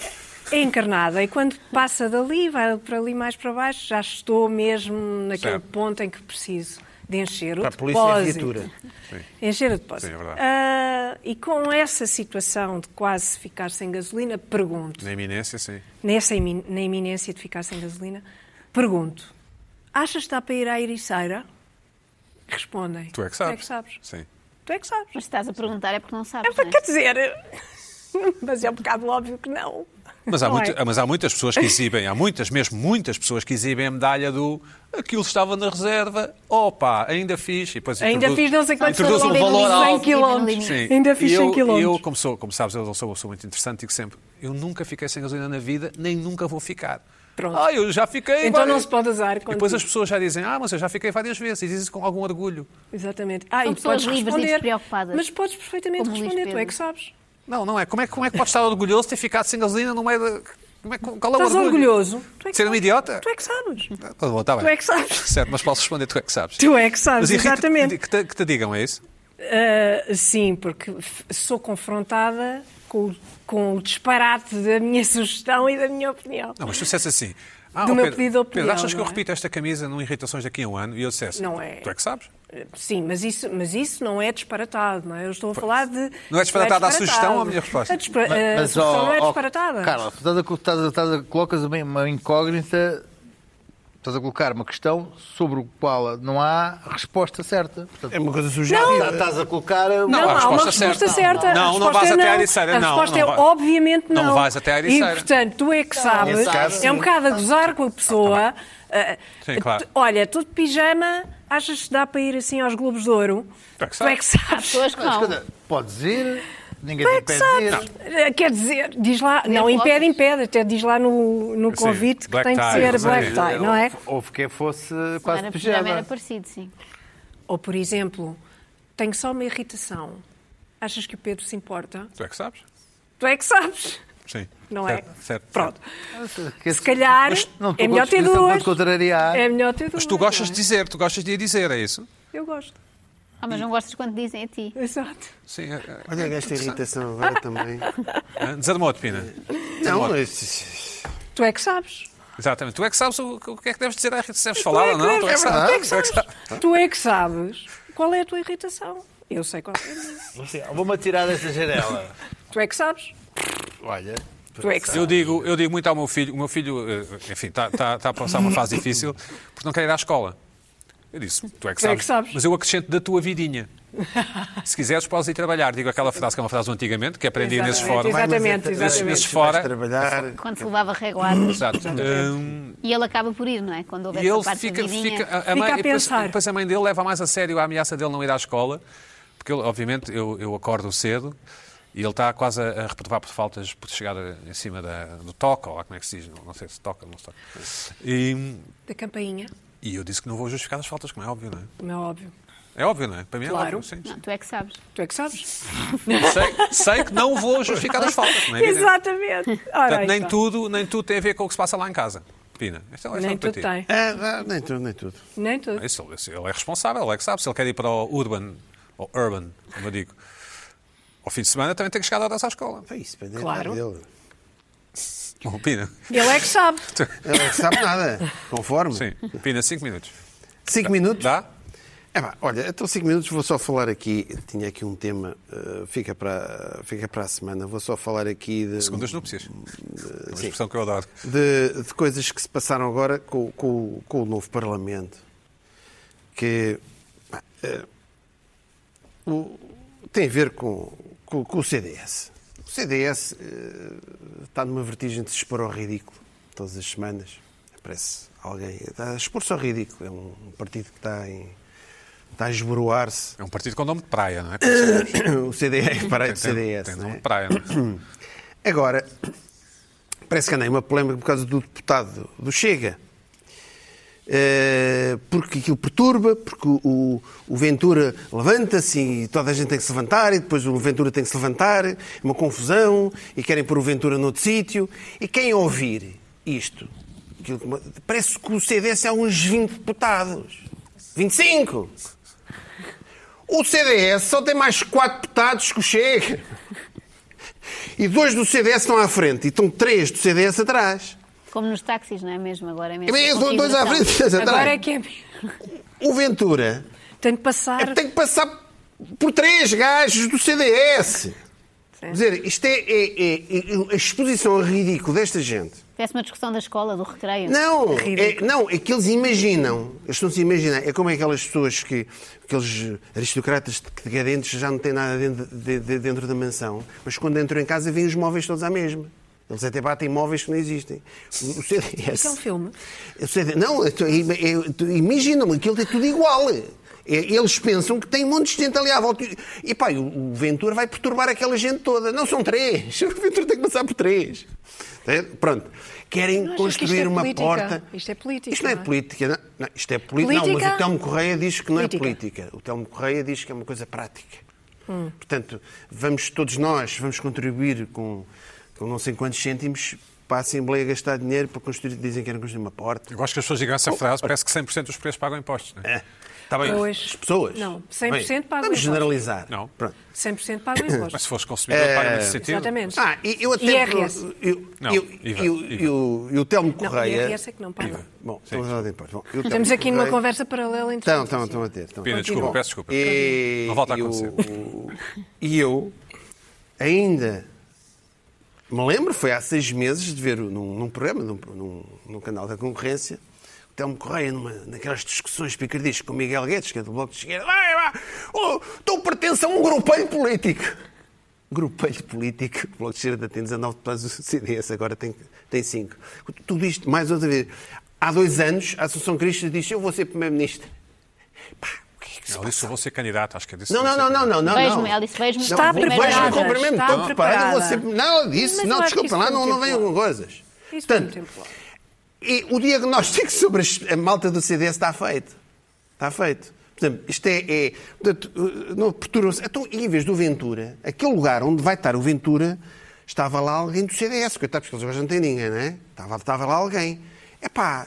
Speaker 6: é encarnada. E quando passa dali, vai para ali mais para baixo, já estou mesmo naquele
Speaker 1: Certo.
Speaker 6: ponto em que preciso de encher o
Speaker 2: Para a polícia é a
Speaker 6: depósito.
Speaker 2: viatura.
Speaker 6: Encher o depósito.
Speaker 1: Sim, é verdade.
Speaker 6: Ah, e com essa situação de quase ficar sem gasolina, pergunto,
Speaker 1: Na iminência, sim.
Speaker 6: nessa imin- na iminência de ficar sem gasolina, pergunto, achas que dá para ir à Ericeira? Respondem.
Speaker 1: Tu é que sabes.
Speaker 6: Tu é que sabes.
Speaker 1: Sim.
Speaker 6: Tu é que sabes.
Speaker 4: Mas se estás a perguntar é porque não
Speaker 6: É,
Speaker 4: sabes,
Speaker 6: pá,
Speaker 4: não é?
Speaker 6: quer dizer, [LAUGHS] mas é um bocado óbvio que não.
Speaker 1: Mas há,
Speaker 6: Não
Speaker 1: muita-
Speaker 6: é?
Speaker 1: mas há muitas pessoas que exibem, há muitas, mesmo muitas pessoas que exibem a medalha do aquilo estava na reserva, opa, ainda fiz. E depois
Speaker 6: Ainda
Speaker 1: introduz-
Speaker 6: fiz não sei quantos
Speaker 1: Tipo, introduz um
Speaker 4: quilómetros,
Speaker 1: valor
Speaker 4: cem
Speaker 1: alto.
Speaker 6: quilómetros.
Speaker 1: Sim.
Speaker 6: Ainda fiz
Speaker 1: E
Speaker 6: 100
Speaker 1: eu,
Speaker 6: quilómetros.
Speaker 1: e Eu, como, sou, como sabes, eu não sou, sou muito interessante, digo sempre: eu nunca fiquei sem gasolina na vida, nem nunca vou ficar.
Speaker 6: Pronto.
Speaker 1: Ah, eu já fiquei.
Speaker 6: Então
Speaker 1: várias-
Speaker 6: não se pode usar
Speaker 1: E
Speaker 6: quando...
Speaker 1: depois as pessoas já dizem: ah, mas eu já fiquei várias vezes, e dizem isso com algum orgulho.
Speaker 6: Exatamente. Ah,
Speaker 4: São
Speaker 6: e
Speaker 4: pessoas
Speaker 6: podes
Speaker 4: livres e
Speaker 6: responder,
Speaker 4: despreocupadas.
Speaker 6: mas podes perfeitamente
Speaker 4: Como Luís
Speaker 6: responder, tu é
Speaker 4: Pedro.
Speaker 6: que sabes.
Speaker 1: Não, não é. Como é, que- como é que podes estar orgulhoso de ter ficado sem gasolina no meio da. Como é, que- qual é o
Speaker 6: Estás
Speaker 1: orgulho?
Speaker 6: orgulhoso. Tu é que
Speaker 1: Ser um
Speaker 6: sabes.
Speaker 1: idiota?
Speaker 6: Tu é que sabes.
Speaker 1: Ah, tá bom, tá bem.
Speaker 6: Tu é que sabes.
Speaker 1: Certo, mas posso responder, tu é que sabes.
Speaker 6: Tu é que sabes,
Speaker 1: Mas irrita-
Speaker 6: exatamente.
Speaker 1: Que te, que te digam, é isso?
Speaker 6: Ah, sim, porque f- sou confrontada com, o- com o disparate da minha [LAUGHS] sugestão e da minha opinião.
Speaker 1: Não, mas tu dissesse assim. Ah,
Speaker 6: Do
Speaker 1: ó,
Speaker 6: meu
Speaker 1: Pedro,
Speaker 6: pedido de opinião,
Speaker 1: Pedro, achas que
Speaker 6: não
Speaker 1: eu
Speaker 6: é?
Speaker 1: repito esta camisa num Irritações daqui a um ano? E eu dissesse.
Speaker 6: Não é.
Speaker 1: Tu é que sabes?
Speaker 6: Sim, mas isso, mas isso não é disparatado, não é? Eu estou a falar de.
Speaker 1: Não é disparatado a sugestão ou a minha resposta?
Speaker 6: disparatado. A dispara-
Speaker 5: Mas-
Speaker 6: a
Speaker 5: mas,
Speaker 6: sugestão
Speaker 5: ó-
Speaker 6: não é
Speaker 5: ó,
Speaker 6: disparatada.
Speaker 5: Carla, tu estás a, estás a- estás a- colocas uma, uma incógnita, estás a colocar uma questão sobre o qual não há resposta certa. Portanto,
Speaker 2: É uma coisa sugestiva.
Speaker 5: tá- estás a colocar.
Speaker 6: Não,
Speaker 1: a
Speaker 6: há uma
Speaker 1: resposta
Speaker 6: resposta
Speaker 1: certa.
Speaker 6: certa.
Speaker 1: Não,
Speaker 6: A
Speaker 1: não
Speaker 6: resposta
Speaker 1: vais
Speaker 6: é
Speaker 1: até à Ericeira,
Speaker 6: A
Speaker 1: não,
Speaker 6: resposta
Speaker 1: não
Speaker 6: é
Speaker 1: vai-
Speaker 6: obviamente não.
Speaker 1: não vais até à Ericeira.
Speaker 6: E, portanto, tu é que sabes.
Speaker 5: Nesse caso,
Speaker 6: é um
Speaker 5: sim.
Speaker 6: bocado a gozar com a pessoa. Ah,
Speaker 1: Sim, claro.
Speaker 6: tu- Olha, tu de pijama, achas que dá para ir assim aos Globos de Ouro?
Speaker 1: Tu é que
Speaker 6: Tu é que sabes.
Speaker 1: [LAUGHS]
Speaker 4: Pessoas que
Speaker 5: Mas,
Speaker 4: não.
Speaker 1: é-
Speaker 5: escuta, podes ir, ninguém
Speaker 6: Tu
Speaker 5: te
Speaker 6: é que sabes.
Speaker 5: impede de ir.
Speaker 6: Ah, Quer dizer, diz lá, não
Speaker 4: Black
Speaker 6: impede,
Speaker 4: Blocs.
Speaker 6: impede, até diz lá no, no
Speaker 1: Sim,
Speaker 6: convite que
Speaker 1: black
Speaker 6: tem que
Speaker 1: tie,
Speaker 6: ser
Speaker 1: não sei.
Speaker 6: black tie, não é?
Speaker 5: Houve- Houve que fosse
Speaker 4: Não
Speaker 5: quase
Speaker 4: era, já era
Speaker 5: pijama.
Speaker 4: parecido, sim.
Speaker 6: Ou, por exemplo, tenho só uma irritação. Achas que o Pedro se importa?
Speaker 1: Tu é que sabes?
Speaker 6: Tu é que sabes.
Speaker 1: Sim.
Speaker 6: Não
Speaker 1: certo,
Speaker 6: é?
Speaker 1: Certo.
Speaker 6: Pronto.
Speaker 5: Que-
Speaker 6: Se calhar
Speaker 5: Mas não, tu
Speaker 6: é melhor ter
Speaker 5: gostas- não
Speaker 6: duas.
Speaker 5: te contrariar.
Speaker 6: É melhor ter duas.
Speaker 1: Mas tu gostas de
Speaker 6: não é?
Speaker 1: dizer, tu gostas de a dizer, é isso?
Speaker 6: Eu gosto.
Speaker 4: Ah, mas não gostas quando dizem a ti.
Speaker 6: Exato.
Speaker 1: Sim. é- é-
Speaker 2: Olha esta irritação agora também.
Speaker 4: [LAUGHS]
Speaker 1: é. Desarmou-te, Pina.
Speaker 2: Não, mas...
Speaker 6: Tu é que sabes.
Speaker 1: Exatamente. Tu é que sabes o, o que é que deves dizer à Rita. Se deves
Speaker 6: Tu
Speaker 1: falar
Speaker 6: é
Speaker 1: ou
Speaker 6: que
Speaker 1: não?
Speaker 6: deves- Tu é que
Speaker 1: Tu é que sabes.
Speaker 6: sabes. Tu é que sabes qual é a tua irritação. Eu sei qual é a minha.
Speaker 5: Assim, Vou-me atirar
Speaker 1: [LAUGHS]
Speaker 5: desta janela.
Speaker 6: Tu é que sabes.
Speaker 5: Olha.
Speaker 6: Tu é que sabes.
Speaker 1: Eu digo, eu digo muito ao meu filho, o meu filho, eh, enfim, está tá, tá a passar uma fase difícil porque não quer ir à escola. Eu disse, tu é que
Speaker 6: Tu é
Speaker 1: sabes.
Speaker 6: que sabes.
Speaker 1: Mas eu acrescento da tua
Speaker 6: [LAUGHS]
Speaker 1: vidinha. Se quiseres, podes ir trabalhar. Digo aquela frase que é uma frase do antigamente, que aprendi nesses
Speaker 6: Exatamente,
Speaker 1: fóruns.
Speaker 6: Exatamente,
Speaker 1: Nesses, nesses
Speaker 6: exatamente.
Speaker 2: Vais
Speaker 1: fora.
Speaker 2: trabalhar...
Speaker 4: Quando se levava reguadas.
Speaker 1: Exato. Hum,
Speaker 4: E ele acaba por ir, não é? Quando houver
Speaker 1: e ele
Speaker 4: essa parte
Speaker 1: fica,
Speaker 4: da vidinha.
Speaker 1: fica, a, a
Speaker 6: Fica
Speaker 1: mãe,
Speaker 6: a
Speaker 1: e depois,
Speaker 6: pensar.
Speaker 1: e depois a mãe dele leva mais a sério a ameaça dele não ir à escola, porque ele, obviamente eu, eu acordo cedo e ele está quase a, a reprovar por faltas por chegar a- em cima da, do toque, ou lá como é que se diz, não, não sei se toca ou não se toca. E,
Speaker 6: Da campainha,
Speaker 1: E eu disse que não vou justificar as faltas, como é óbvio, não é?
Speaker 6: como é óbvio.
Speaker 1: É óbvio, não é? Para mim é
Speaker 6: Claro.
Speaker 1: óbvio. Sim, sim.
Speaker 4: Não, tu é que sabes.
Speaker 6: Tu é que sabes.
Speaker 1: Sei, sei que não vou justificar as faltas. Não é evidente.
Speaker 6: Exatamente. Ora, então.
Speaker 1: Portanto,
Speaker 6: aí
Speaker 1: nem
Speaker 6: está.
Speaker 1: tudo, nem tudo tem a ver com o que se passa lá em casa. Pina, esta é uma
Speaker 6: Nem
Speaker 1: questão para
Speaker 6: tudo
Speaker 1: ti.
Speaker 6: tem.
Speaker 2: Ah, ah, nem tudo, nem tudo.
Speaker 6: Nem tudo.
Speaker 1: Isso, ele- isso, ele é responsável, ele é que sabe. Se ele quer ir para o Urban, ou Urban, como eu digo, ao fim de semana também tem que chegar a horas à escola.
Speaker 2: Foi isso, para
Speaker 6: Claro.
Speaker 2: dele.
Speaker 1: Bom, Pina,
Speaker 6: Ele é que sabe.
Speaker 2: Ele não sabe
Speaker 1: [LAUGHS]
Speaker 2: nada, conforme.
Speaker 1: sim,
Speaker 2: [LAUGHS]
Speaker 1: Pina, cinco minutos.
Speaker 2: Cinco minutos.
Speaker 1: Dá?
Speaker 2: É pá, olha, então cinco minutos vou só falar aqui. Tinha aqui um tema, eh, fica, para, fica para a semana. Vou só falar aqui de.
Speaker 1: Segundas núpcias. É uma
Speaker 2: Hum, sim.
Speaker 1: expressão que eu adoro.
Speaker 2: de, de coisas que se passaram agora com, com- com o novo Parlamento. Que pá, eh, o- tem a ver com, com- com o CDS. O CDS eh, está numa vertigem de se expor ao ridículo todas as semanas. Aparece alguém. Está a expor-se ao ridículo. É um partido que está, em, está a esboroar-se.
Speaker 1: É
Speaker 2: [COUGHS]
Speaker 1: um partido com nome de praia, não é?
Speaker 2: O CDS, parei do CDS.
Speaker 1: Tem
Speaker 2: não
Speaker 1: nome
Speaker 2: é?
Speaker 1: de praia, não é?
Speaker 2: Agora, parece que andei uma polémica por causa do deputado do Chega. Eh, porque aquilo perturba, porque o- o, o Ventura levanta-se e toda a gente tem que se levantar, e depois o Ventura tem que se levantar, é uma confusão, e querem pôr o Ventura noutro sítio. E quem ouvir isto, aquilo que uma- parece que o CDS é uns 20 deputados. 25! O CDS só tem mais 4 deputados que o Chega. E dois do CDS estão à frente e estão três do CDS atrás.
Speaker 4: Como nos táxis, não é mesmo? Agora é
Speaker 2: E
Speaker 4: mesmo.
Speaker 2: bem, são dois à frente [LAUGHS] e três atrás.
Speaker 6: Agora é que é.
Speaker 2: O Ventura
Speaker 6: Tem de passar.
Speaker 2: é que tem que passar por três gajos do CDS. Quer dizer, isto é, é- é- é- a exposição ao ridículo desta gente.
Speaker 4: Parece uma discussão da escola, do recreio.
Speaker 2: Não, é,
Speaker 6: Ridículo.
Speaker 2: não, é que eles imaginam. Eles estão se imaginar. É como aquelas pessoas que. aqueles aristocratas decadentes já não têm nada dentro, de- de- dentro da mansão, mas quando entram em casa vêm os móveis todos à mesma. Eles até batem móveis que não existem. O CDS.
Speaker 6: Isso é um filme.
Speaker 2: Eu sei, não, eu tô- eu- eu- tu- imaginam, aquilo é tudo igual. É, Eles pensam que tem um monte de gente ali à volta. E pá, o o Ventura vai perturbar aquela gente toda. Não são três. [LAUGHS] O Ventura tem que passar por três. É, Pronto. Querem
Speaker 6: Não achas que
Speaker 2: construir
Speaker 6: isto é
Speaker 2: uma
Speaker 6: política?
Speaker 2: porta.
Speaker 6: Isto é política,
Speaker 2: Isto não é
Speaker 6: não é?
Speaker 2: política. Não. Não, isto é política. Não, mas
Speaker 6: Política?
Speaker 2: o Telmo Correia diz que não é
Speaker 6: Política.
Speaker 2: política. O Telmo Correia diz que é uma coisa prática.
Speaker 6: Hum.
Speaker 2: Portanto, vamos todos nós, vamos contribuir com, com não sei quantos cêntimos para a Assembleia gastar dinheiro para construir, dizem que querem construir uma porta.
Speaker 1: Eu gosto que as pessoas digam
Speaker 2: Oh,
Speaker 1: essa frase, parece que 100% dos preços pagam impostos, não é?
Speaker 2: Está bem,
Speaker 6: Pois.
Speaker 2: as pessoas.
Speaker 6: Não, 100%
Speaker 2: Bem,
Speaker 6: pagam
Speaker 2: Vamos
Speaker 6: impostos.
Speaker 2: generalizar.
Speaker 1: Não.
Speaker 2: Pronto.
Speaker 6: 100% paga o
Speaker 1: Mas se
Speaker 6: imposto.
Speaker 1: fores consumidor,
Speaker 2: É.
Speaker 1: paga nesse sentido.
Speaker 6: Exatamente.
Speaker 2: Ah, e eu até.
Speaker 6: IRS.
Speaker 2: Eu,
Speaker 1: Não,
Speaker 2: eu,
Speaker 1: IVA,
Speaker 2: eu-
Speaker 1: IVA.
Speaker 2: eu- eu- o Telmo
Speaker 6: Não,
Speaker 2: Correia.
Speaker 6: IRS é que não paga.
Speaker 2: Bom, estamos a falar de impostos. Bom, eu,
Speaker 6: Estamos
Speaker 2: Telmo
Speaker 6: aqui numa
Speaker 2: Correia-
Speaker 6: conversa paralela entre
Speaker 2: Estão, estão, estão a ter. Estão a ter.
Speaker 1: Pina, desculpa, peço desculpa.
Speaker 2: então E,
Speaker 1: Não volta a
Speaker 2: e o-
Speaker 1: acontecer.
Speaker 2: o- [LAUGHS] e eu ainda me lembro, foi há seis meses, de ver num, num programa, num, num- num canal da concorrência, o Telmo Correia, numa, naquelas discussões picardistas com o Miguel Guedes, que é do Bloco de Esquerda, vai, vai, oh, tu pertences a um grupelho político. Grupelho político, o Bloco de Esquerda tem 19 deputados do CDS, agora tem, tem 5. Tudo isto, mais outra vez, há dois anos, a Assunção Cristas disse, eu vou ser Primeiro-Ministro. Pá, o que é que se
Speaker 1: Ela disse, eu vou ser candidato, acho que é disso.
Speaker 2: não, não, não, não, não, não.
Speaker 4: Vejo-me,
Speaker 2: não.
Speaker 4: ela disse, vejo-me.
Speaker 2: Não,
Speaker 6: Está
Speaker 2: vou-
Speaker 6: preparada,
Speaker 2: Vejo-me com o primeiro
Speaker 6: está
Speaker 2: estou preparada. Vou
Speaker 6: Tá preparada.
Speaker 2: sempre... Não, disse,
Speaker 6: Mas eu
Speaker 2: não,
Speaker 6: acho que
Speaker 2: desculpa,
Speaker 6: isso
Speaker 2: lá
Speaker 6: foi
Speaker 2: não,
Speaker 6: muito
Speaker 2: não vêm
Speaker 6: tempo lá.
Speaker 2: coisas.
Speaker 6: Isso foi muito
Speaker 2: Portanto,
Speaker 6: tempo lá.
Speaker 2: e o diagnóstico [LAUGHS] sobre as- a malta do CDS está feito. Está feito. Portanto, isto é. é portanto, uh, não perturbam-se. Então, e em vez do Ventura, aquele lugar onde vai estar o Ventura, estava lá alguém do CDS. Coitado, porque eles agora não têm ninguém, não é? Estava, estava lá alguém. Epá,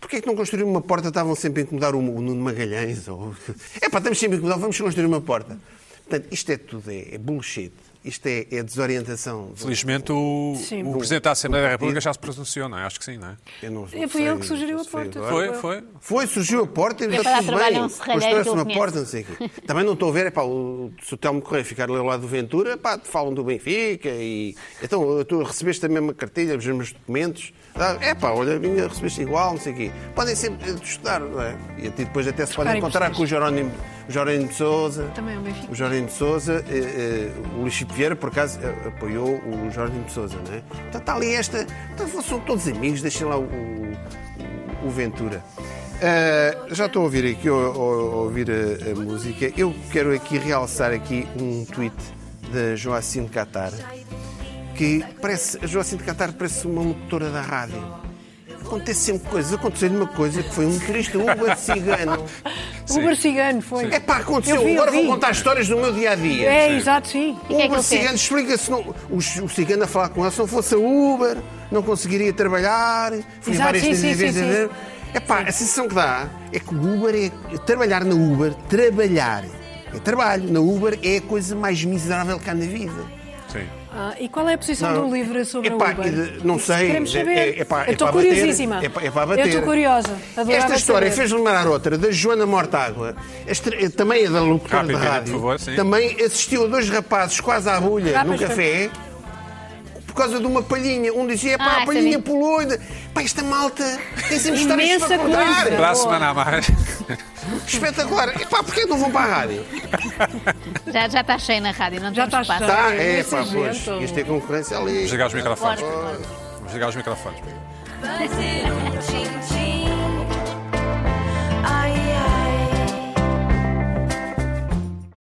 Speaker 2: Porquê é que não construíram uma porta? Estavam sempre a incomodar o o Nuno Magalhães. Ou... [LAUGHS] É pá, estamos sempre a incomodar, vamos construir uma porta. Portanto, isto é tudo, é, é bullshit. Isto é, é desorientação.
Speaker 1: Felizmente o,
Speaker 6: Sim.
Speaker 1: o Presidente da Assembleia da República já se pronunciou, não é? Acho que sim, não é?
Speaker 2: Eu não-
Speaker 6: Foi
Speaker 2: sei,
Speaker 6: ele que sugeriu
Speaker 2: não
Speaker 6: a
Speaker 2: sei
Speaker 6: porta.
Speaker 2: agora.
Speaker 1: Foi, foi.
Speaker 2: Foi, surgiu a porta e
Speaker 4: para
Speaker 2: está
Speaker 4: dar
Speaker 2: tudo
Speaker 4: trabalho
Speaker 2: bem.
Speaker 4: a um serralheiro
Speaker 2: Constrói-se
Speaker 4: que eu
Speaker 2: uma
Speaker 4: conheço.
Speaker 2: porta, não sei o quê. Também não estou a ver, é pá, o, se o Telmo Correia ficar ali ao lado do Ventura, pá, falam do Benfica e... Então, tu recebeste a mesma cartilha, os mesmos documentos. Ah, É pá, olha, minha, recebeste igual, não sei o quê. Podem sempre eh, estudar, não é? E até- depois até se podem
Speaker 6: Trocarem
Speaker 2: encontrar com o Jerónimo, o Jerónimo de Souza.
Speaker 6: Também é um Benfica.
Speaker 2: O Jerónimo de Souza, eh, o Luís Chico Vieira, por acaso, eh, apoiou o Jerónimo de Souza, não é? Portanto, está ali esta... Então, são todos amigos, deixem lá o- o o Ventura. Ah, já estou a ouvir aqui, a, ouvir a, a música. Eu quero aqui realçar aqui um tweet da Joacine Catar, que parece, a Joacine Catar parece uma locutora da rádio.
Speaker 6: [LAUGHS]
Speaker 2: Acontece sempre coisas. Aconteceu-lhe uma coisa que foi um motorista Uber um cigano.
Speaker 6: Uber cigano foi.
Speaker 2: É pá, aconteceu.
Speaker 6: Eu vi, eu
Speaker 2: Agora
Speaker 6: vi.
Speaker 2: vou contar histórias do meu dia a dia.
Speaker 6: É, exato, sim.
Speaker 4: que é que
Speaker 2: Uber
Speaker 4: ele fez?
Speaker 2: cigano, explica-se. não- O, o cigano a falar com ela, se não fosse a Uber, não conseguiria trabalhar. Fui
Speaker 6: Exato,
Speaker 2: a várias
Speaker 6: sim, sim,
Speaker 2: vezes.
Speaker 6: sim, sim.
Speaker 2: É pá, a sensação que dá é que o Uber é. Trabalhar na Uber, trabalhar é trabalho. Na Uber é a coisa mais miserável que há na vida.
Speaker 1: Sim.
Speaker 6: Ah, e qual é a posição do livro sobre
Speaker 2: Epá,
Speaker 6: a Uber?
Speaker 2: e- Não sei.
Speaker 6: Queremos saber.
Speaker 2: É- é- é pá, é
Speaker 6: eu estou
Speaker 2: para bater.
Speaker 6: curiosíssima.
Speaker 2: É pá- é para bater.
Speaker 6: Eu estou curiosa. Adorava
Speaker 2: Esta história
Speaker 6: saber.
Speaker 2: fez lembrar outra, da Joana Mortágua. Esta- eh, também é da locutora de
Speaker 1: Rápido,
Speaker 2: rádio.
Speaker 1: por favor, sim.
Speaker 2: também assistiu a dois rapazes quase à bolha
Speaker 6: Ah,
Speaker 2: num
Speaker 6: pois foi.
Speaker 2: café. Por causa de uma palhinha. Um dizia, pá,
Speaker 6: é
Speaker 4: Ah,
Speaker 2: a palhinha
Speaker 4: sabia.
Speaker 2: pulou. E- Pá, esta malta tem sempre histórias
Speaker 6: Imensa
Speaker 2: para contar.
Speaker 1: Para
Speaker 6: coisa.
Speaker 1: a
Speaker 6: Boa.
Speaker 1: semana a mais.
Speaker 2: Espetacular. E pá, porquê não vão para a rádio?
Speaker 4: Já, já está cheio na rádio, não
Speaker 6: Já está
Speaker 4: temos espaço.
Speaker 6: cheio.
Speaker 2: Tá, é,
Speaker 6: Imensa
Speaker 2: pá, pois.
Speaker 6: gente.
Speaker 2: Isto é concorrência ali.
Speaker 1: Vamos ligar os microfones.
Speaker 4: Bora,
Speaker 1: Vamos ligar os microfones.
Speaker 7: Fazer